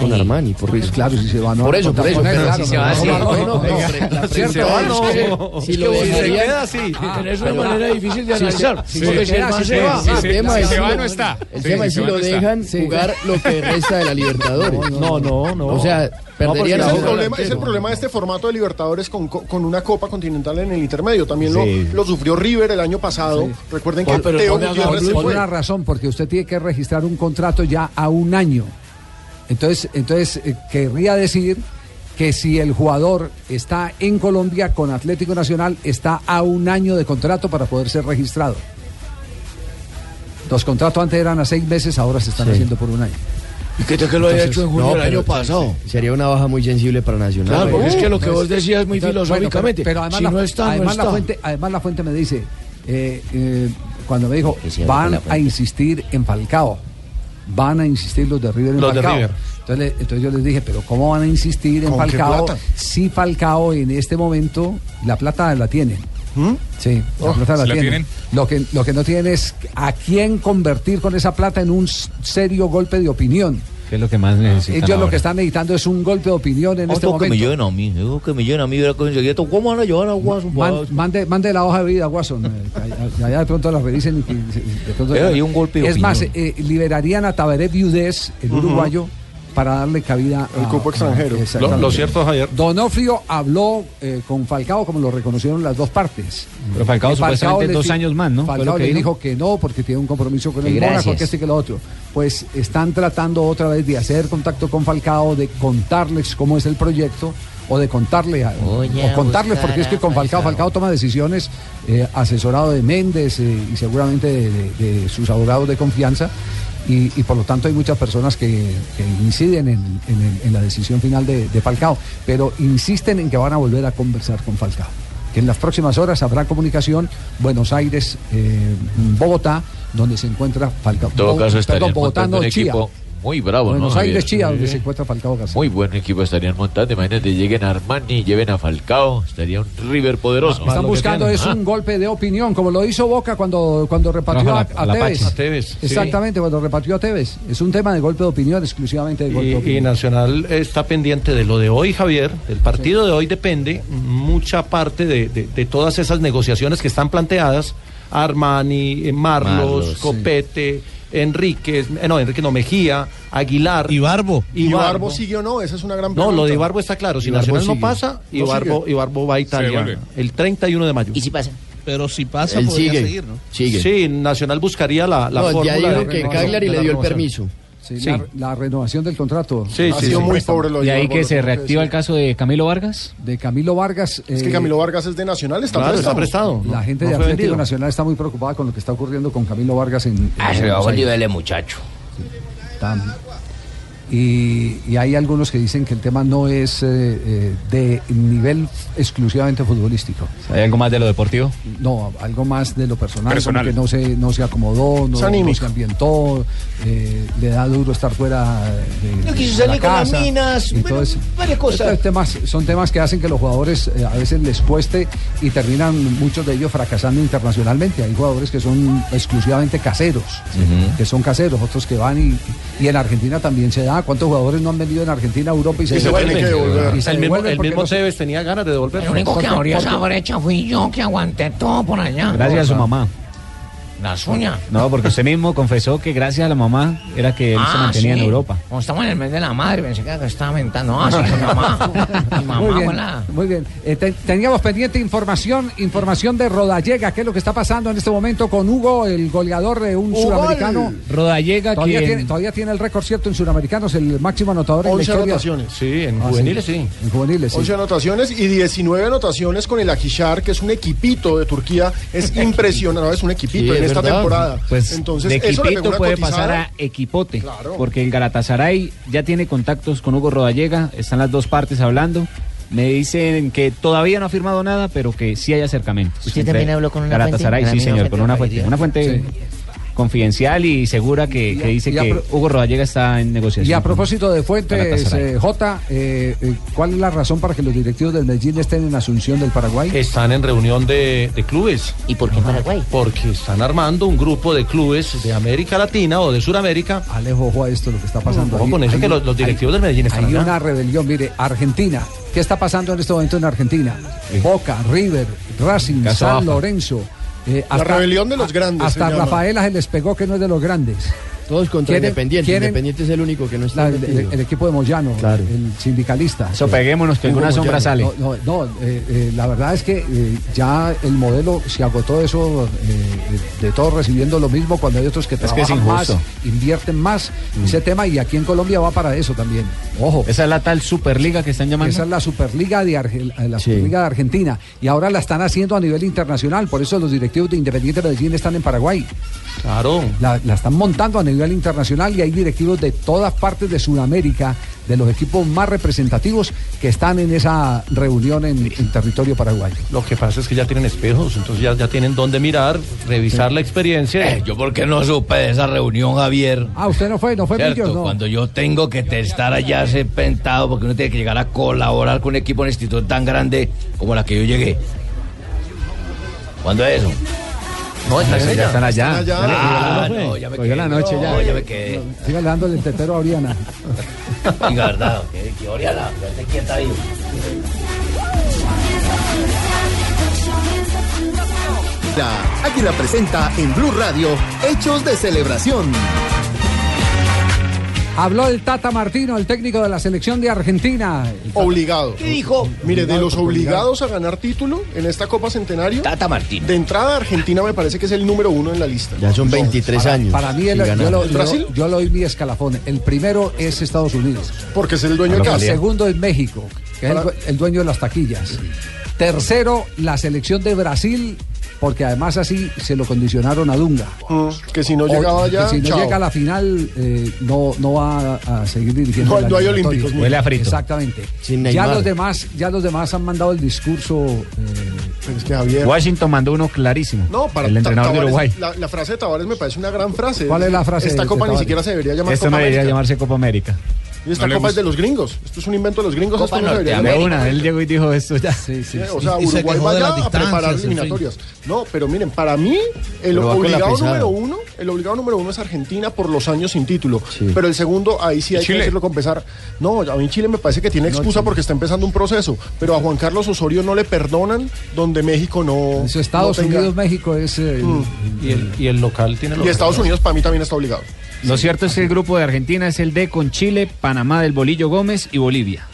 S16: con Armani. Por eso.
S7: Claro, si se va, no van
S16: Por
S7: a
S16: eso,
S7: contar
S16: por eso.
S7: con él,
S16: pero-
S7: claro, no van a contar
S16: sí.
S7: con él.
S16: No, no,
S7: Venga.
S16: hombre, la
S7: Si se
S16: pregunta
S7: va,
S16: es
S7: no.
S16: que-
S7: Si
S16: es
S7: se
S16: que
S7: queda,
S16: dejarían-
S7: sí.
S9: Ah.
S16: Pero
S7: es una manera
S16: difícil de
S7: Si se-
S16: analizar,
S7: si
S16: porque
S7: se
S16: si el
S7: queda,
S16: man
S7: si
S16: se
S7: se-
S16: va, ah,
S7: si
S16: el
S7: se-
S16: tema
S7: si
S16: es
S7: se
S16: si
S7: va,
S16: lo-
S7: no está.
S16: El
S7: Sí,
S16: tema
S7: si
S16: es
S7: se
S16: si
S7: va,
S16: lo
S7: no está.
S16: dejan
S7: Sí.
S16: jugar lo que resta de la Libertadores.
S9: No, no, no.
S16: O sea, perderían
S12: pues es,
S16: la
S12: el
S16: boca.
S12: problema, es el problema de este formato de Libertadores con, co- con una Copa Continental en el intermedio. También lo-
S7: Sí.
S12: lo, sufrió River el año pasado. Recuerden que
S7: Por, pero
S12: Teo
S7: por-
S12: Gutiérrez
S7: por-
S12: se
S7: por
S12: fue.
S7: una razón, porque usted tiene que registrar un contrato ya a un año. Entonces, entonces eh, querría decir que si el jugador está en Colombia con Atlético Nacional, está a un año de contrato para poder ser registrado. Los contratos antes eran a seis meses, ahora se están haciendo por un año.
S16: ¿Y qué tal
S7: que lo haya hecho en junio del año
S16: pasado? Sería una baja muy sensible para Nacional.
S7: Claro, porque es que lo que vos
S16: decías
S7: Entonces, bueno, pero, pero además,
S16: Si
S7: la,
S16: no está, no
S7: además la
S16: está.
S7: fuente, además la fuente me dice, eh, eh, cuando me dijo,
S10: se hable con
S7: van
S10: la
S7: a
S10: fuente".
S7: insistir en Falcao, van a insistir los de River en
S9: Los de
S7: Falcao.
S9: River.
S7: Entonces, le- entonces yo les dije, pero ¿cómo van a insistir en
S12: ¿Con qué
S7: Falcao
S12: plata?
S7: si Falcao en este momento la plata la tiene? Sí, la
S12: Oh,
S7: plata la,
S12: ¿sí la
S7: tiene.
S12: tienen?
S7: Lo que, lo que no tienen es a quién convertir con esa plata en un s- serio golpe de opinión.
S8: ¿Qué es lo que más necesitan?
S7: Ellos lo
S8: ahora?
S7: que están necesitando es un golpe de opinión en este
S8: Otro que me
S7: momento.
S8: lleven a mí, digo que me lleven a mí, verá con secreto, ¿cómo van a llevar a Guaso?
S7: Man- mande, mande la hoja de vida, Watson. Eh, Allá de pronto las revisen. y que- de pronto-
S8: Eh, hay un golpe de
S7: es más,
S8: opinión.
S7: eh, liberarían a Tabaré Viudés, el
S8: Ujú.
S7: uruguayo, para darle cabida
S12: El
S7: a-
S12: cupo
S7: a-
S12: extranjero.
S7: exactamente.
S9: Lo- lo cierto, Javier.
S7: Donofrio habló eh, con Falcao, como lo reconocieron las dos partes.
S2: Pero Falcao
S7: Eh,
S2: supuestamente
S7: le
S2: dos
S7: fi-
S2: años más, ¿no? Fue
S7: Falcao
S2: lo que
S7: le
S2: dijo.
S7: dijo que no, porque tiene un compromiso con
S2: Que
S7: el Mónaco,
S2: gracias.
S7: que este que lo otro. Pues están tratando otra vez de hacer contacto con Falcao, de contarles cómo es el proyecto. O de contarle a-
S10: Voy a
S7: o contarles,
S10: buscar
S7: porque es que
S10: a
S7: con Falcao, Falcao toma decisiones eh, asesorado de Méndez eh, y seguramente de, de- de sus abogados de confianza. Y, y por lo tanto hay muchas personas que, que inciden en, en el- en la decisión final de, de Falcao, pero insisten en que van a volver a conversar con Falcao. Que en las próximas horas habrá comunicación Buenos Aires, eh, Bogotá, donde se encuentra Falcao.
S8: En todo
S7: Bo-
S8: caso, estarían
S7: perdón, Bogotá,
S8: montando
S7: no,
S8: un
S7: Chía.
S8: equipo Ah, muy bravo, ¿no?
S7: Buenos Aires,
S8: Javier?
S7: Chía, donde
S8: Sí.
S7: se encuentra Falcao García.
S8: Muy buen equipo estarían montando. Imagínate, lleguen a Armani, lleven a Falcao, estaría un River poderoso.
S7: Ah, Están buscando
S8: ¿ah?
S7: es un golpe de opinión, como lo hizo Boca cuando, cuando repatrió
S8: Trajo
S7: a,
S8: a
S7: a
S8: la- a la
S7: Tevez.
S8: Pache. A Tevez,
S9: sí.
S7: Exactamente, cuando repatrió a Tevez. Es un tema de golpe de opinión, exclusivamente de golpe de
S9: Y, y
S7: opinión.
S9: Nacional está pendiente de lo de hoy, Javier. Del partido de hoy depende mucha parte de, de- de todas esas negociaciones que están planteadas. Armani, eh, Marlos,
S13: Marlos, sí.
S9: Copete, Enríquez, eh, no, Enrique no, Mejía, Aguilar. Ibarbo.
S12: ¿Y
S9: Ibarbo.
S12: Barbo sigue o no? Esa es una gran
S9: No,
S12: pregunta.
S9: lo de Ibarbo está claro. Si
S12: Ibarbo
S9: Nacional no
S12: sigue.
S9: pasa,
S12: No
S9: Ibarbo,
S12: sigue.
S9: Ibarbo va a
S12: Se
S9: Italia
S12: vuelve.
S9: el 31 de mayo.
S16: ¿Y
S9: si
S16: pasa?
S23: Pero si pasa,
S16: Él
S23: podría
S16: sigue,
S23: seguir, ¿no?
S16: sigue.
S9: Sí, Nacional buscaría la, la
S16: No,
S9: fórmula. de
S16: ya dijo que
S9: renovación,
S16: Cagliari
S9: de
S16: le
S9: la
S16: dio el
S9: renovación.
S16: permiso.
S7: Sí,
S9: sí.
S7: La, la renovación del contrato.
S9: Sí,
S12: Ha sí, sido sí. muy pobre lo de
S2: ¿Y ahí
S12: Ibarbo,
S2: que
S12: lo
S2: se
S12: tengo que
S2: reactiva el caso de Camilo Vargas?
S7: De Camilo Vargas.
S12: Es que
S7: eh,
S12: Camilo Vargas es de Nacional, está
S7: claro,
S12: prestado.
S7: La gente de Atlético Nacional está muy preocupada con lo que está ocurriendo con Camilo Vargas en. en
S10: Ah, se le va a
S7: Buenos
S10: volver
S7: Aires.
S10: el muchacho.
S7: Tam- Y, y hay algunos que dicen que el tema no es eh, eh, de nivel exclusivamente futbolístico.
S2: ¿Hay algo más de lo deportivo?
S7: No, algo más de lo personal,
S2: Personal.
S7: como que no se, no se acomodó, no,
S2: Es
S7: no
S2: anímico.
S7: se ambientó, eh, le da duro estar fuera de,
S19: No quiso
S7: de
S19: salir con las
S7: casa,
S19: minas,
S7: y
S19: bueno,
S7: todo eso.
S19: varias cosas.
S7: Estos temas, son temas que hacen que los jugadores eh, a veces les cueste y terminan muchos de ellos fracasando internacionalmente. Hay jugadores que son exclusivamente caseros,
S24: Mm.
S7: que son caseros, otros que van y, y en Argentina también se da. ¿Cuántos jugadores no han venido en Argentina a Europa y se,
S9: Y se
S7: devuelven?
S9: vuelven.
S7: Y se
S9: El mismo,
S7: devuelven
S9: el
S7: porque
S9: mismo
S7: no se-
S9: Tevez tenía ganas de devolver.
S10: El único que abrió esa brecha fui yo que aguanté todo por allá.
S2: Gracias a su mamá.
S10: Las uñas.
S2: No, porque usted mismo confesó que gracias a la mamá era que él se
S10: Ah,
S2: mantenía en
S10: sí.
S2: Europa.
S10: Como estamos en el mes de la madre, pensé que estaba mentando. Ah, sí, mi mamá. Mi mamá
S7: Muy
S10: fue
S7: bien,
S10: la-
S7: muy bien. Eh, te- teníamos pendiente información, información de Rodallega, qué es lo que está pasando en este momento con Hugo, el goleador de un
S2: Hugo.
S7: suramericano.
S2: Rodallega,
S7: Todavía
S2: quien-
S7: tiene, todavía tiene el récord cierto en suramericanos, el máximo anotador en la
S12: 11
S7: historia.
S12: anotaciones.
S9: Sí, en
S7: Ah,
S9: juveniles sí.
S7: En juveniles, sí.
S12: 11 anotaciones y 19 anotaciones con el Akishar, que es un equipito de Turquía. Es impresionante, no, es un equipito
S2: Sí,
S12: en
S2: es
S12: esta
S2: verdad.
S12: temporada.
S2: Pues
S12: Entonces,
S2: de
S12: eso le pegó
S2: equipito
S12: una
S2: puede
S12: cotizada.
S2: pasar a equipote, porque el Galatasaray ya tiene contactos con Hugo Rodallega, están las dos partes hablando. Me dicen que todavía no ha firmado nada, pero que sí hay acercamientos.
S10: ¿Usted
S2: Entre
S10: también habló con una
S2: Galatasaray,
S10: fuente? Con la
S2: sí,
S10: misma
S2: señor, con una fuente. Una fuente confidencial y segura que, que dice
S7: y a
S2: que
S7: pro-
S2: Hugo Rodallega está en negociación.
S7: Y a propósito de Fuentes,
S2: Galatasaray.
S7: eh, J, eh, eh, ¿cuál es la razón para que los directivos del Medellín estén en Asunción del Paraguay?
S9: Están en reunión de, de clubes.
S10: ¿Y por qué Paraguay?
S9: Porque están armando un grupo de clubes de América Latina o de Sudamérica.
S7: Alejo, ojo a esto, lo que está pasando.
S9: Ojo
S7: ahí.
S9: con eso,
S7: Hay
S9: que
S7: un-
S9: los, los directivos del Medellín están
S7: Hay
S9: acá.
S7: una rebelión, mire, Argentina. ¿Qué está pasando en este momento en Argentina? Boca, River, Racing,
S12: Caso
S7: San
S12: AFA.
S7: Lorenzo. eh,
S12: La rebelión de los grandes,
S7: Hasta
S12: se llama.
S7: Rafaela se les pegó que no es de los grandes.
S16: Todos contra
S7: Quieren-
S16: Independiente.
S7: quieren-
S16: Independiente es el único que no
S7: La-
S16: está.
S7: el,
S16: metido.
S7: el- el equipo de Moyano, el sindicalista.
S16: Eso, peguémonos, que alguna
S7: Hugo
S16: sombra
S7: Moyano.
S16: sale.
S7: No, no, no, eh, eh, la verdad es que eh, ya el modelo se agotó eso eh, de todos recibiendo lo mismo cuando hay otros que
S2: que es
S7: trabajan más,
S2: injusto.
S7: invierten más. Ese tema, y aquí en Colombia va para eso también. Ojo.
S2: Esa es la tal Superliga que están llamando.
S7: Esa es la Superliga de, Argel- eh, la Superliga de Argentina. Y ahora la están haciendo a nivel internacional. Por eso los directivos de Independiente Medellín están en Paraguay.
S9: Claro.
S7: La, la están montando a nivel nivel internacional y hay directivos de todas partes de Sudamérica, de los equipos más representativos que están en esa reunión en, en territorio paraguayo.
S9: Lo que pasa es que ya tienen espejos, entonces ya, ya tienen dónde mirar, revisar la experiencia.
S13: Yo porque no supe de esa reunión, Javier.
S7: Ah, usted no fue, no fue
S13: Cierto,
S7: Millos, no.
S13: cuando yo tengo que estar allá serpentado porque uno tiene que llegar a colaborar con un equipo en instituto tan grande como la que yo llegué. ¿Cuándo es eso? No,
S7: Ya
S13: allá.
S7: están allá.
S13: Ah, no, ya me
S7: Hoy en la
S13: quedé.
S7: noche ya.
S13: No, ya me quedé.
S7: Siga dándole el tetero a Oriana.
S13: Y verdad, que, que Oriana, ya te quieta ahí.
S21: La Águila presenta en Blue Radio Hechos de Celebración.
S7: Habló el Tata Martino, el técnico de la selección de Argentina.
S12: Obligado.
S7: ¿Qué dijo?
S12: Mire, de
S7: Obligado
S12: los
S7: por
S12: obligados a ganar título en esta Copa Centenario,
S13: Tata Martín.
S12: De entrada, Argentina me parece que es el número uno en la lista.
S16: Ya son 23
S7: Para,
S16: años.
S7: para mí, el- yo,
S16: sin ganar.
S7: lo, yo, yo lo doy mi escalafón. El primero es Estados Unidos.
S12: Porque es el dueño de
S7: El
S12: casa.
S7: segundo es México, que es el,
S12: Para-
S7: due- el dueño de las taquillas. Tercero, la selección de Brasil, porque además así se lo condicionaron a Dunga.
S12: que si no
S7: O-
S12: llegaba
S7: que
S12: allá,
S7: si no
S12: chao.
S7: llega a la final, eh, no, no va a, a seguir dirigiendo.
S12: No,
S7: la
S12: no hay
S7: eliminatoria.
S12: olímpicos, ni- Huele a frito.
S7: Exactamente.
S16: Sin
S7: Ya
S16: Neymar.
S7: los, demás, ya los demás han mandado el discurso. eh,
S2: Washington mandó uno clarísimo.
S12: No, para
S2: el
S12: Ta-
S2: entrenador de
S12: Tabárez-
S2: Uruguay.
S12: La, la frase de Tavares me parece una gran frase.
S7: ¿Cuál es la frase
S12: Esta
S7: de
S12: copa ni
S7: Tabárez?
S12: siquiera se debería llamar
S2: Esto
S12: Copa
S2: no debería
S12: América.
S2: llamarse Copa América.
S12: Y esta
S2: No le
S12: copa es
S2: gusta.
S12: de los gringos. Esto es un invento de los gringos.
S2: Copa
S12: esto no debería
S2: De
S12: llamarse
S2: una,
S12: Copa
S2: él llegó y dijo esto ya. Sí, sí,
S12: Eh, O sea, Uruguay va allá a preparar eliminatorias. No, pero miren, para mí, el
S16: Pero va con la
S12: obligado
S16: pesada.
S12: número uno, el obligado número uno es Argentina por los años sin título. Pero el segundo, ahí sí
S18: ¿Y
S12: hay
S18: Chile?
S12: que decirlo con pesar. No, a mí Chile me parece que tiene excusa porque está empezando un proceso. Pero a Juan Carlos Osorio no le perdonan donde México no.
S7: Eso, Estados
S12: no tenga- Mm.
S7: Unidos, México es. eh,
S9: Y el, y el local tiene
S12: Y Estados Unidos para mí también está obligado.
S2: Lo cierto es que el grupo de Argentina es el D con Chile, Panamá del Bolillo Gómez y Bolivia.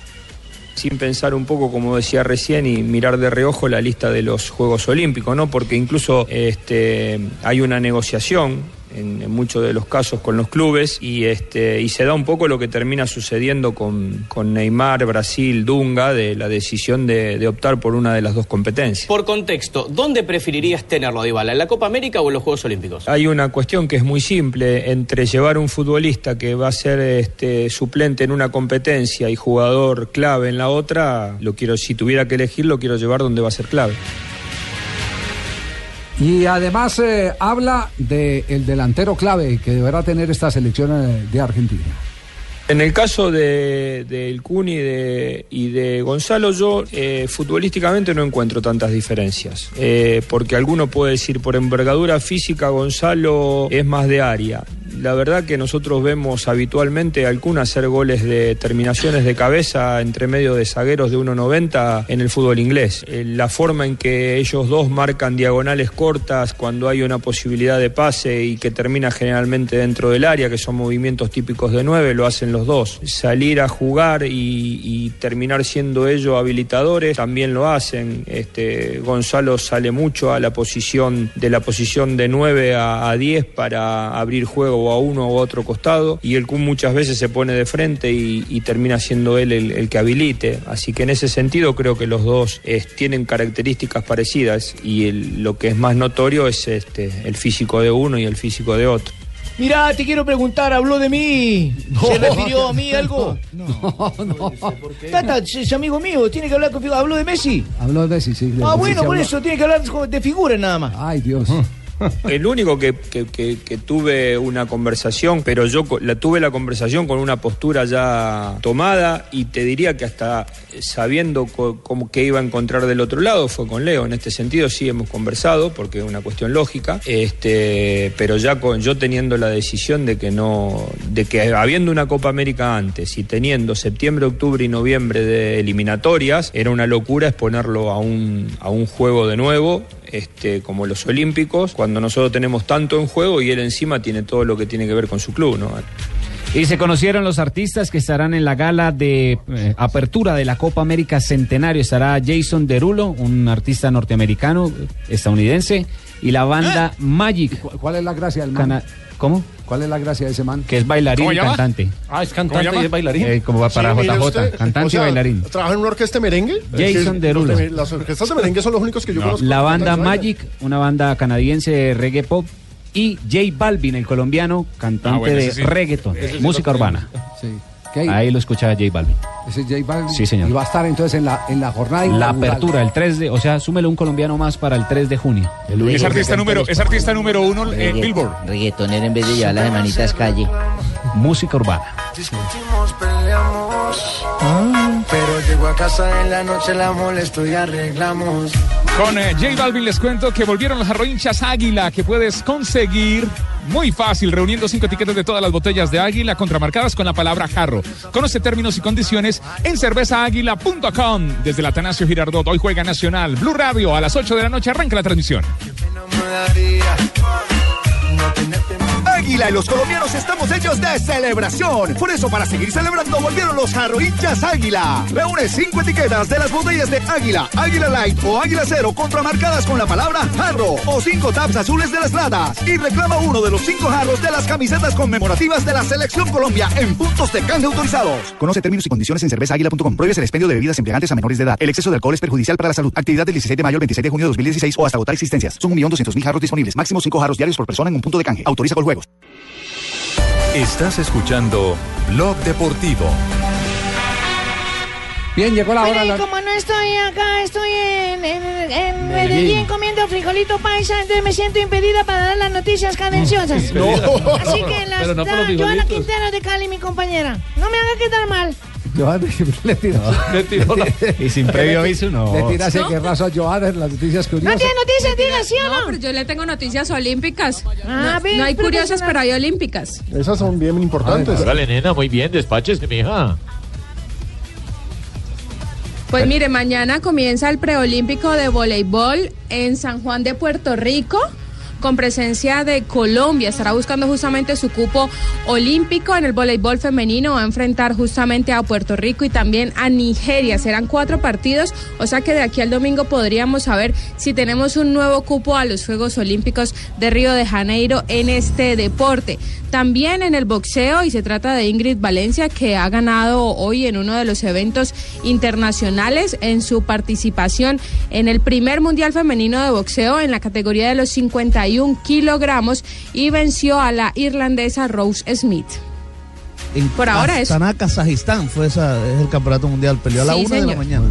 S27: sin pensar un poco, como decía recién, y mirar de reojo la lista de los Juegos Olímpicos, ¿no? Porque incluso este, hay una negociación en, en muchos de los casos con los clubes y, este, y se da un poco lo que termina sucediendo con, con Neymar, Brasil, Dunga, de la decisión de- de optar por una de las dos competencias.
S5: Por contexto, ¿dónde preferirías tenerlo, Dybala? ¿En la Copa América o en los Juegos Olímpicos?
S27: Hay una cuestión que es muy simple entre llevar un futbolista que va a ser este, suplente en una competencia y jugador clave en la otra. Lo quiero, si tuviera que elegir, lo quiero llevar donde va a ser clave.
S7: Y además eh, habla del delantero clave que deberá tener esta selección eh, de Argentina.
S27: En el caso de, del Kun y de, y de Gonzalo, yo eh, futbolísticamente no encuentro tantas diferencias. Eh, porque alguno puede decir, por envergadura física, Gonzalo es más de área. La verdad que nosotros vemos habitualmente al Kun hacer goles de terminaciones de cabeza entre medio de zagueros de 1.90 en el fútbol inglés. Eh, la forma en que ellos dos marcan diagonales cortas cuando hay una posibilidad de pase y que termina generalmente dentro del área, que son movimientos típicos de nueve, lo hacen los dos. Salir a jugar y, y terminar siendo ellos habilitadores también lo hacen. Este, Gonzalo sale mucho a la posición de la posición de 9 a, a 10 para abrir juego o a uno o a otro costado y el Kun muchas veces se pone de frente y, y termina siendo él el, el que habilite. Así que en ese sentido creo que los dos eh, tienen características parecidas y el- lo que es más notorio es este, el físico de uno y el físico de otro.
S19: Mirá, te quiero preguntar, habló de mí. ¿Se refirió a mí algo? No, no. Tata, es amigo mío, tiene que hablar conmigo. ¿Habló de Messi?
S7: Habló de Messi, sí. de
S19: Ah,
S7: Messi
S19: bueno,
S7: se
S19: por
S7: habló.
S19: eso, tiene que hablar de figuras nada más.
S7: Ay, Dios.
S27: El único que, que- que- que tuve una conversación, pero yo co- la tuve la conversación con una postura ya tomada y te diría que hasta sabiendo co- cómo que iba a encontrar del otro lado fue con Leo. En este sentido sí hemos conversado porque es una cuestión lógica, este, pero ya con yo teniendo la decisión de que no, de que habiendo una Copa América antes y teniendo septiembre, octubre y noviembre de eliminatorias, era una locura exponerlo a un a un juego de nuevo este, como los Olímpicos, cuando nosotros tenemos tanto en juego y él encima tiene todo lo que tiene que ver con su club, ¿no?
S2: Y se conocieron los artistas que estarán en la gala de eh, apertura de la Copa América Centenario. Estará Jason Derulo, un artista norteamericano, eh, estadounidense, y la banda Magic.
S7: Ah. ¿Cuál es la gracia del man?
S2: cana- ¿Cómo?
S7: ¿Cuál es la gracia de ese man?
S2: Que es bailarín
S7: ¿Cómo
S2: y
S7: llama?
S2: cantante.
S9: Ah, es
S2: cantante ¿Cómo llama? y es bailarín. Eh, como va
S12: Sí,
S2: para
S12: mire
S2: JJ,
S12: usted,
S2: cantante
S12: o sea,
S2: y bailarín.
S12: ¿Trabaja en una orquesta de merengue?
S2: Jason
S12: Es que
S2: Derulo.
S12: los de- Las orquestas de merengue son los únicos que yo conozco.
S2: La
S12: que
S2: banda
S12: cantan esa vaina.
S2: Magic, una banda canadiense de reggae pop,
S5: y J Balvin, el colombiano, cantante
S7: Ah, bueno, ese
S5: de
S7: sí.
S5: reggaeton,
S7: Ese sí
S5: música
S7: lo
S5: urbana.
S7: Sí.
S5: Ahí lo escuchaba J Balvin.
S7: Ese es J Balvin.
S5: Sí, señor.
S7: Y va a estar entonces en la, en la jornada
S5: La
S7: inaugural.
S5: apertura, el 3 de, o sea, súmele un colombiano más para el 3 de junio.
S2: Es artista número, es artista número uno en Billboard.
S10: Reggaetonero en vez de llevar las hermanitas calle.
S5: Música urbana.
S4: Discutimos, peleamos.
S10: Ah.
S4: Pero llego a casa en la noche, la molesto y arreglamos.
S2: Con eh, J Balvin les cuento que volvieron los arroinchas Águila que puedes conseguir muy fácil reuniendo cinco etiquetas de todas las botellas de Águila contramarcadas con la palabra jarro. Conoce términos y condiciones en cervezaaguila.com. Desde el Atanasio Girardot, hoy juega Nacional. Blue Radio, a las 8 de la noche arranca la transmisión.
S21: Águila y los colombianos estamos hechos de celebración. Por eso, para seguir celebrando, volvieron los jarrohinchas Águila. Reúne cinco etiquetas de las botellas de Águila, Águila Light o Águila Cero contramarcadas con la palabra jarro o cinco taps azules de las latas. Y reclama uno de los cinco jarros de las camisetas conmemorativas de la Selección Colombia en puntos de canje autorizados.
S22: Conoce términos y condiciones en cervezaáguila.com. Prohíbe el expendio de bebidas embriagantes a menores de edad. El exceso de alcohol es perjudicial para la salud. Actividad del 16 de mayo al 26 de junio de 2016 o hasta agotar existencias. Son 1.200.000 jarros disponibles. Máximo 5 jarros diarios por persona en un punto de canje. Autoriza con juegos.
S1: Estás escuchando Blog Deportivo.
S7: Bien, llegó la hora.
S32: Bueno, y
S7: la-
S32: como no estoy acá, estoy en, en- en
S7: Medellín.
S32: Medellín comiendo frijolito paisa, entonces me siento impedida para dar las noticias cadenciosas.
S7: No.
S32: Así que las
S7: Pero no por
S32: da
S7: los frijolitos.
S32: Joana Quintero de Cali, mi compañera. No me haga quedar mal.
S7: Johanna, le tiró.
S5: Y sin previo aviso, no.
S7: Le tiras el
S5: No.
S7: guerrazo a Johanna en las noticias
S24: No
S7: curiosas.
S24: tiene noticias, diga, ¿sí o no? pero yo le tengo noticias olímpicas.
S32: Ah,
S24: no,
S32: bien,
S24: no hay
S32: pero
S24: curiosas,
S32: que-
S24: pero hay olímpicas.
S12: Esas son bien importantes.
S8: Órale, nena, muy bien, despaches, mi hija.
S24: Pues mire, mañana comienza el preolímpico de voleibol en San Juan de Puerto Rico con presencia de Colombia. Estará buscando justamente su cupo olímpico en el voleibol femenino. Va a enfrentar justamente a Puerto Rico y también a Nigeria. Serán cuatro partidos, o sea que de aquí al domingo podríamos saber si tenemos un nuevo cupo a los Juegos Olímpicos de Río de Janeiro en este deporte. También en el boxeo, y se trata de Ingrid Valencia, que ha ganado hoy en uno de los eventos internacionales en su participación en el primer Mundial Femenino de Boxeo en la categoría de los 51 kilogramos y venció a la irlandesa Rose Smith.
S23: En
S24: Por ahora es-
S23: Astana, Kazajistán fue esa, es el campeonato mundial. Peleó a la
S32: Sí,
S23: 1 de la
S32: señor.
S23: mañana.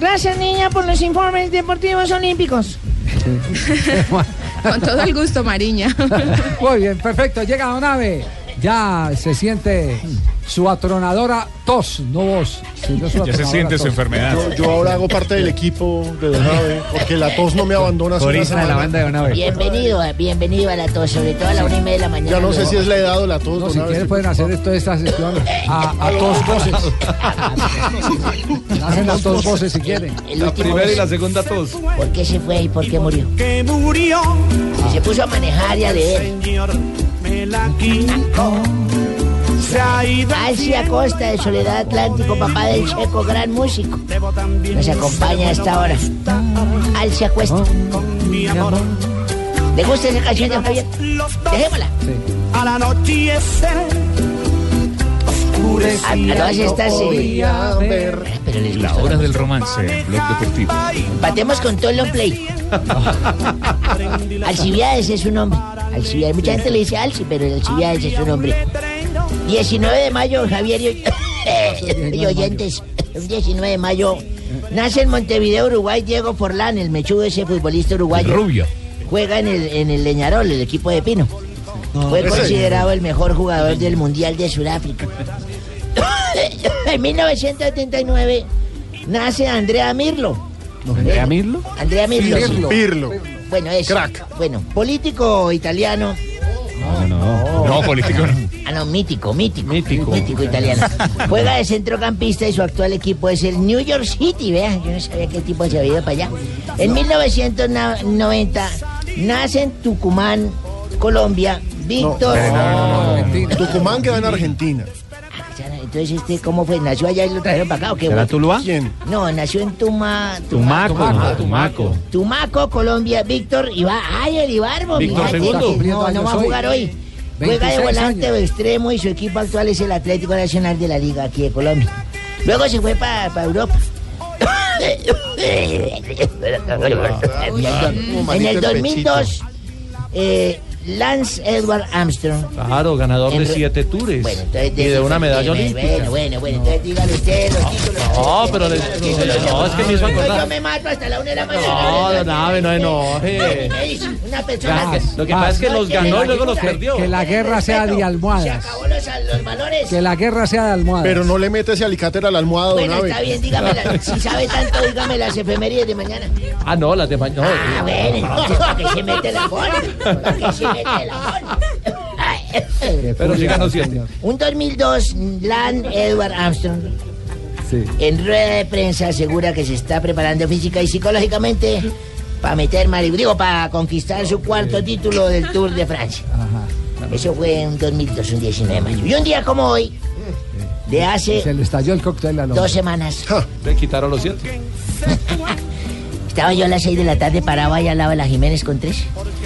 S32: Gracias, niña, por los informes deportivos olímpicos.
S24: Con todo el gusto, Mariña.
S7: Muy bien, perfecto. Llega Don Ave. Ya se siente su atronadora tos, no vos. sino su
S2: Ya se
S7: atronadora
S2: siente su
S7: tos.
S2: enfermedad.
S12: Yo, yo ahora hago parte del equipo de Don Ave, porque la tos no me abandona. hace una semana.
S32: Bienvenido, eh, bienvenido a la tos, sobre todo a la una y media de la mañana.
S12: Ya no sé si es la edad o la tos.
S7: No, si quieren pueden hacer esto, esta sesión a, a dos voces. Hacen las dos voces si quieren.
S32: La primera y la segunda
S7: tos.
S32: ¿Por qué se fue y por qué murió?
S4: Que murió.
S32: Se puso a manejar y a leer.
S4: Señor, me la quitó. Se ha ido.
S32: Alcia Costa de Soledad Atlántico, papá del Checo, gran músico. Nos acompaña a esta hora. Alcia Cuesta. ¿Le gusta esa canción de Javier? Dejémosla.
S4: Al anochecer.
S32: Ah, no, así está, sí.
S2: La hora del romance, Blog Deportivo.
S32: Empatemos con todo el play. Alcibiades es su nombre. Alcibiades. Mucha gente le dice Alci, pero Alcibiades es su nombre. 19 de mayo, Javier y, y oyentes. El 19 de mayo nace en Montevideo, Uruguay, Diego Forlán, el mechudo ese futbolista uruguayo.
S34: Rubio.
S32: Juega en el, en el Leñarol, el equipo de Pino. Fue
S34: ese.
S32: considerado el mejor jugador del Mundial de Sudáfrica. en 1979 nace Andrea Mirlo.
S5: ¿Andrea Mirlo?
S32: Andrea Mirlo. sí.
S5: Pirlo. Pirlo.
S32: Bueno, es. Crack. Bueno, político italiano.
S2: No, político no.
S32: Ah, no, mítico, mítico. Mítico. italiano. Juega de centrocampista y su actual equipo es el New York City. Vea, yo no sabía qué tipo se había ido para allá. En 1990 nace en Tucumán, Colombia,
S2: eh,
S32: Víctor.
S12: Tucumán queda en Argentina.
S32: Entonces, este, ¿cómo fue? ¿Nació allá y lo trajeron para acá o qué?
S12: ¿Será
S32: fue?
S12: Tuluá? ¿Quién?
S32: No, nació en Tuma...
S5: Tumaco, Tumaco. Tumaco.
S32: Tumaco, Colombia, Víctor Ibar. ¡Ay, el Ibarbo!
S5: Víctor
S32: mira,
S5: segundo.
S32: que-
S5: Cumpliendo
S32: No, no
S5: años
S32: va a
S5: hoy.
S32: jugar hoy. Juega de
S5: 26
S32: volante
S5: años.
S32: o extremo y su equipo actual es el Atlético Nacional de la Liga aquí de Colombia. Luego se fue para Europa. en el 2002 eh, Lance Edward Armstrong.
S9: Claro, ganador
S32: En
S9: de
S32: re-
S9: siete tours.
S32: Bueno, entonces,
S9: Ah, y de una medalla
S32: bueno,
S9: olímpica.
S32: Bueno, bueno, bueno, entonces dígale usted los títulos.
S9: No, pero le- no, es que me hizo
S32: Luego
S9: acordar.
S32: Yo me mato hasta la una de la
S9: No,
S32: mañana.
S9: don Ave, no
S32: Me
S9: enoje.
S32: dice Una persona que...
S9: Lo que pasa es que los ganó y luego los perdió.
S7: Que la guerra sea de almohadas. Que la guerra sea de almohadas.
S12: Pero no le mete ese alicate a la almohada, don
S32: Bueno,
S12: Abe.
S32: está bien, dígame, la- si sabe tanto, dígame las efemérides de mañana.
S9: Ah, no, las de mañana.
S32: Ah, bueno, entonces, ¿para qué se mete la bola? ¿Para qué se mete la bola?
S9: Pero sí ganó siete.
S32: Un 2002, Lan Edward Armstrong en rueda de prensa asegura que se está preparando física y psicológicamente para meter Mari, digo, para conquistar su cuarto título del Tour de Francia. Eso fue en 2002, un 19 de mayo. Y un día como hoy, de hace
S7: Se le estalló el cóctel al hombre.
S32: dos semanas,
S9: Le quitaron los siete.
S32: estaba yo a las 6 de la tarde parado ahí al lado de la Jiménez Contrés.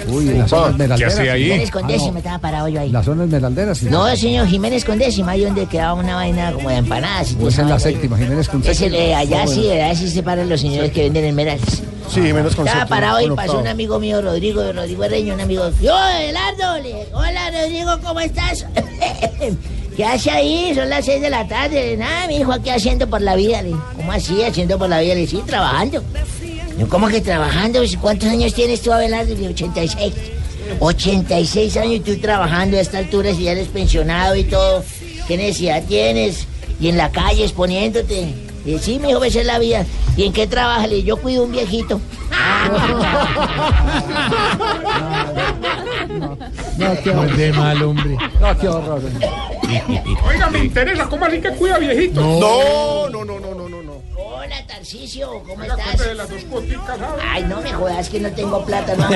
S7: Uy, en la
S12: Ah,
S7: zona esmeraldera. Ah,
S32: Jiménez con décima, estaba parado yo ahí.
S7: La zona esmeraldera, sí.
S32: No, señor, Jiménez con décima, ahí donde quedaba una vaina como de empanadas. y
S7: O es
S32: esa
S7: en la
S32: vaina ahí.
S7: séptima, Jiménez con
S32: Es el, eh, allá
S7: Ah, bueno.
S32: sí, allá sí se paran los señores que venden esmeraldas.
S12: Sí, menos con
S32: Estaba
S12: séptima,
S32: parado y
S12: con
S32: pasó
S12: octavo.
S32: un amigo mío, Rodrigo, Rodrigo Herreño, un amigo. Yo, Elardo, le dije, hola Rodrigo, ¿cómo estás? ¿Qué hace ahí? Son las seis de la tarde. Nada, mi hijo, aquí haciendo por la vida. Le dije, ¿Cómo así, haciendo por la vida? Le dije, sí, trabajando. Le digo, ¿Cómo que trabajando? ¿Cuántos años tienes tú, Abelardo? Le dije, 86. 86 años y tú trabajando a esta altura, si ya eres pensionado y todo. ¿Qué necesidad tienes? Y en la calle exponiéndote. Le dije, sí, mi hijo, esa es la vida. ¿Y en qué trabajas? Le dije, yo cuido un viejito.
S7: No, qué horror.
S35: de mal, hombre.
S7: No, qué horror.
S35: Oiga, me interesa, ¿cómo así que cuida viejito?
S12: No,
S32: no, no, no, no, no. Hola, Tarcicio, ¿cómo estás? Ay, no me jodas que no tengo plata, no.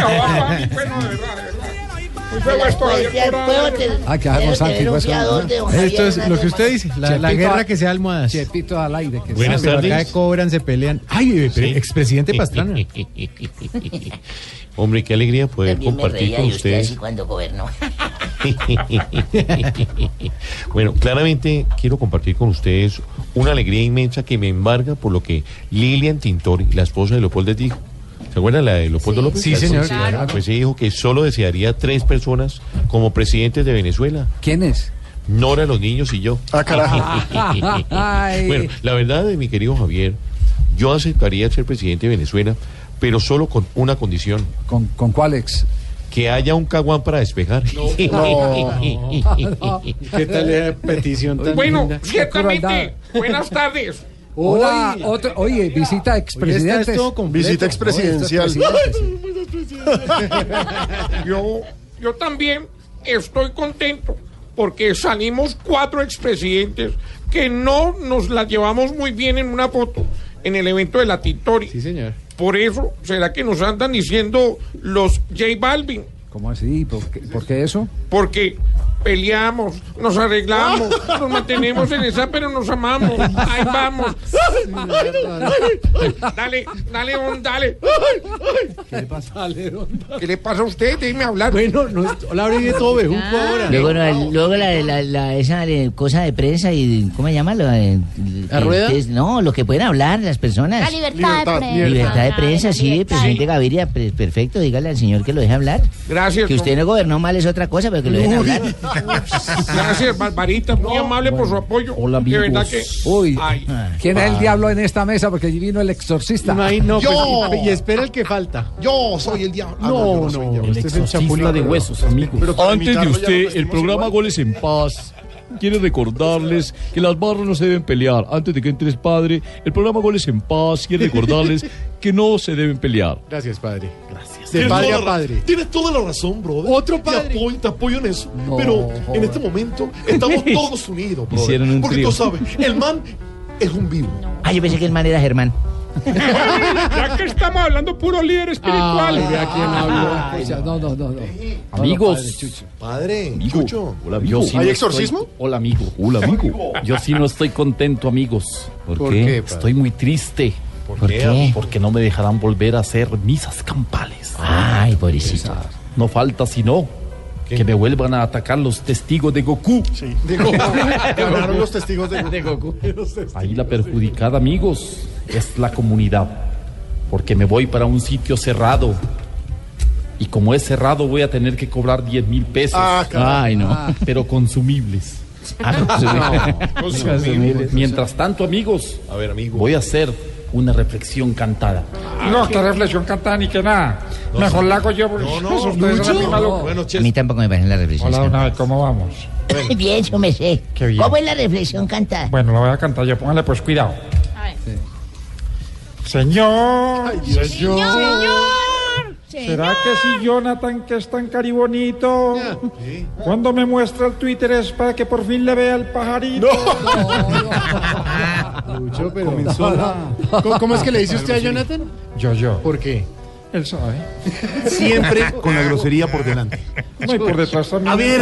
S35: feo esto, Javier Corral.
S7: Ah, que hagamos Santi, pues, ¿no?
S35: Esto es lo que usted dice, la, la
S7: Chepito
S35: guerra
S7: a-
S35: que sea almohadas.
S7: Chepito al aire. Que
S35: Buenas
S7: salga.
S35: tardes. Acá cobran, se pelean. Ay, eh, pre- expresidente Pastrana.
S25: Hombre, qué alegría poder
S32: También me
S25: compartir
S32: reía
S25: con
S32: y usted
S25: ustedes.
S32: así cuando gobernó.
S25: bueno, claramente quiero compartir con ustedes una alegría inmensa que me embarga por lo que Lilian Tintori, la esposa de Leopoldo, dijo. ¿Se acuerdan la de Leopoldo
S35: Sí.
S25: López?
S35: Sí, señor. Claro.
S25: Pues ella dijo que solo desearía tres personas como presidentes de Venezuela.
S7: ¿Quiénes?
S25: Nora, los niños y yo. Ah,
S7: carajo. Ay.
S25: bueno, la verdad de mi querido Javier, yo aceptaría ser presidente de Venezuela, pero solo con una condición.
S7: ¿Con, con cuál ex?
S25: Que haya un caguán para despejar.
S35: ¿Qué tal la petición tan
S25: Bueno,
S35: linda?
S7: crueldad.
S35: ciertamente.
S7: buenas
S35: tardes.
S7: Hola,
S35: Uy.
S7: otro, oye, visita expresidentes.
S35: todo completo. Visita expresidencial.
S7: Oye, esto es presidencial.
S35: Yo,
S4: Yo también estoy contento porque salimos cuatro expresidentes que no nos la llevamos muy bien en una foto en el evento de la Titori. Sí,
S35: señor.
S4: Por eso, ¿será que nos andan diciendo los J Balvin?
S7: ¿Cómo así? ¿Por qué, por qué eso?
S4: Porque peleamos, nos arreglamos, nos mantenemos en esa, pero nos amamos. Ahí vamos. Dale, dale, don, dale.
S35: ¿Qué le pasa?
S4: ¿Qué le pasa a usted? Déjeme hablar.
S35: Bueno, no, la de todo bejuco ahora.
S32: Luego, la, luego la, la- la- esa eh, cosa de prensa y ¿cómo se llama? Lo, eh,
S36: ¿La
S32: eh,
S36: rueda?
S32: que es- no, lo que pueden hablar las personas.
S10: La libertad de Libertad, prensa.
S32: Libertad de
S10: Ah,
S32: prensa,
S10: la
S32: sí,
S10: libertad.
S32: presidente Gaviria, pre- perfecto, dígale al señor que lo deje hablar.
S4: Gracias.
S32: Que usted no gobernó mal es otra cosa, pero que lo dejen hablar.
S4: Gracias, Barbarita, muy amable por su apoyo. Hola, De verdad que.
S7: Uy,
S4: Ay.
S7: ¿quién es el
S4: Ah.
S7: diablo en esta mesa? Porque allí vino el exorcista.
S35: no, pues, y- y espera el que falta.
S12: Yo soy el diablo. Ah, yo
S35: No,
S12: soy
S35: no,
S12: diablo. Este es el chapulín.
S8: de huesos, amigos.
S12: para
S8: Antes de
S12: imitarlo ya
S8: usted, el programa Goles en Paz. Quiere recordarles que las barras no se deben pelear. Antes de que entres, padre, el programa Goles en Paz quiere recordarles que no se deben pelear.
S35: Gracias, padre. Gracias. De
S8: Tienes
S35: padre
S8: toda
S35: a
S8: la ra-
S35: padre.
S8: Tienes toda la razón, brother. Otro padre. Te apoyo, te apoyo en eso. pero en este momento estamos todos unidos, brother.
S32: Hicieron un
S8: Porque
S32: trío.
S8: tú sabes, el man es un vivo.
S32: Ah, yo pensé que el man era Germán.
S4: Ya que estamos hablando puro líder espiritual.
S7: O sea, no, no, no, no.
S8: Amigos. Padre, Chucho.
S26: Hola, yo sí
S8: ¿Hay
S26: no
S8: exorcismo?
S26: estoy- hola, amigo. Hola, amigo. Yo sí no estoy contento, amigos. ¿Por,
S8: ¿Por
S26: qué?
S8: qué, padre?
S26: estoy muy triste. ¿Por, qué? qué? Porque no me dejarán volver a hacer misas campales. Ay, pobrecito. No falta sino que me vuelvan a atacar los testigos de Goku. Sí.
S12: De Goku. Ganaron los testigos de,
S8: Goku.
S26: Ahí la perjudicada, amigos, es la comunidad. Porque me voy para un sitio cerrado. Y como es cerrado, voy a tener que cobrar 10 mil pesos. Ah, caray. Ay, no. Ah. Pero consumibles. Ah, consumibles. No, Consumibles. Mientras tanto, amigos, a ver, Ah, voy a hacer una reflexión cantada.
S13: No, que reflexión cantada ni que nada. Mejor la hago yo porque eso ustedes son así malucos.
S10: A mí tampoco me parecen las reflexiones.
S13: Hola, don Abel, ¿cómo vamos?
S32: Bien, yo me sé.
S13: Qué bien.
S32: ¿Cómo es la reflexión cantada?
S13: Bueno, la voy a cantar yo, póngale pues cuidado.
S32: A ver.
S13: Señor, señor, ¿será
S8: Señor.
S13: que si Jonathan, que es tan caribonito, cuando me muestra el Twitter es para que por fin le vea el pajarito?
S4: Lucho, pero- ¿Cómo, cómo es que le dice usted a Jonathan?
S13: Yo, yo.
S4: ¿Por qué?
S13: Él sabe.
S4: Siempre
S13: con la grosería por delante. No, y por detrás también.
S4: A ver.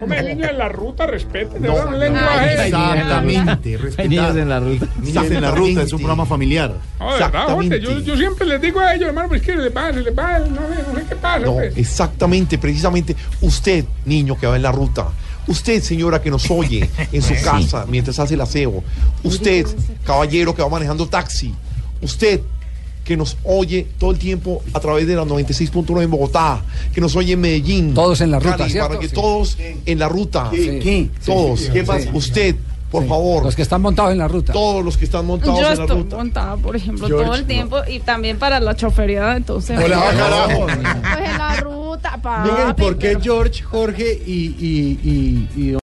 S13: Hombre, niño en la ruta, respete,
S35: No,
S13: un lenguaje.
S35: Exactamente,
S13: Niños
S35: en la ruta. Niños en la ruta, es un programa familiar.
S13: No, de Ah, verdad, Jorge, yo, yo siempre les digo a ellos, hermano, pues que le pasa, le pasa, no, sé- no sé qué pasa.
S35: No,
S13: pues.
S35: exactamente, precisamente usted, niño que va en la ruta, usted, señora que nos oye en su
S13: Sí.
S35: casa mientras hace el aseo, usted, caballero que va manejando taxi, usted que nos oye todo el tiempo a través de la 96.9 en Bogotá, que nos oye en Medellín. Todos en
S12: la ruta, ¿cierto?
S35: Para que
S12: Sí.
S35: todos en la ruta.
S12: Sí. Sí.
S35: Todos.
S12: Sí.
S35: ¿Qué más?
S12: Sí.
S35: Usted, por favor. Los que
S12: están montados en la ruta.
S35: Todos los que están montados en
S31: Yo
S35: la ruta.
S31: estoy montada, por ejemplo,
S35: George,
S31: todo el
S35: no.
S31: tiempo y también para la chofería, entonces.
S4: Hola, carajo.
S31: Pues en la ruta, papi.
S13: Ah,
S4: Miren, ¿por qué George, Jorge y, y, y, y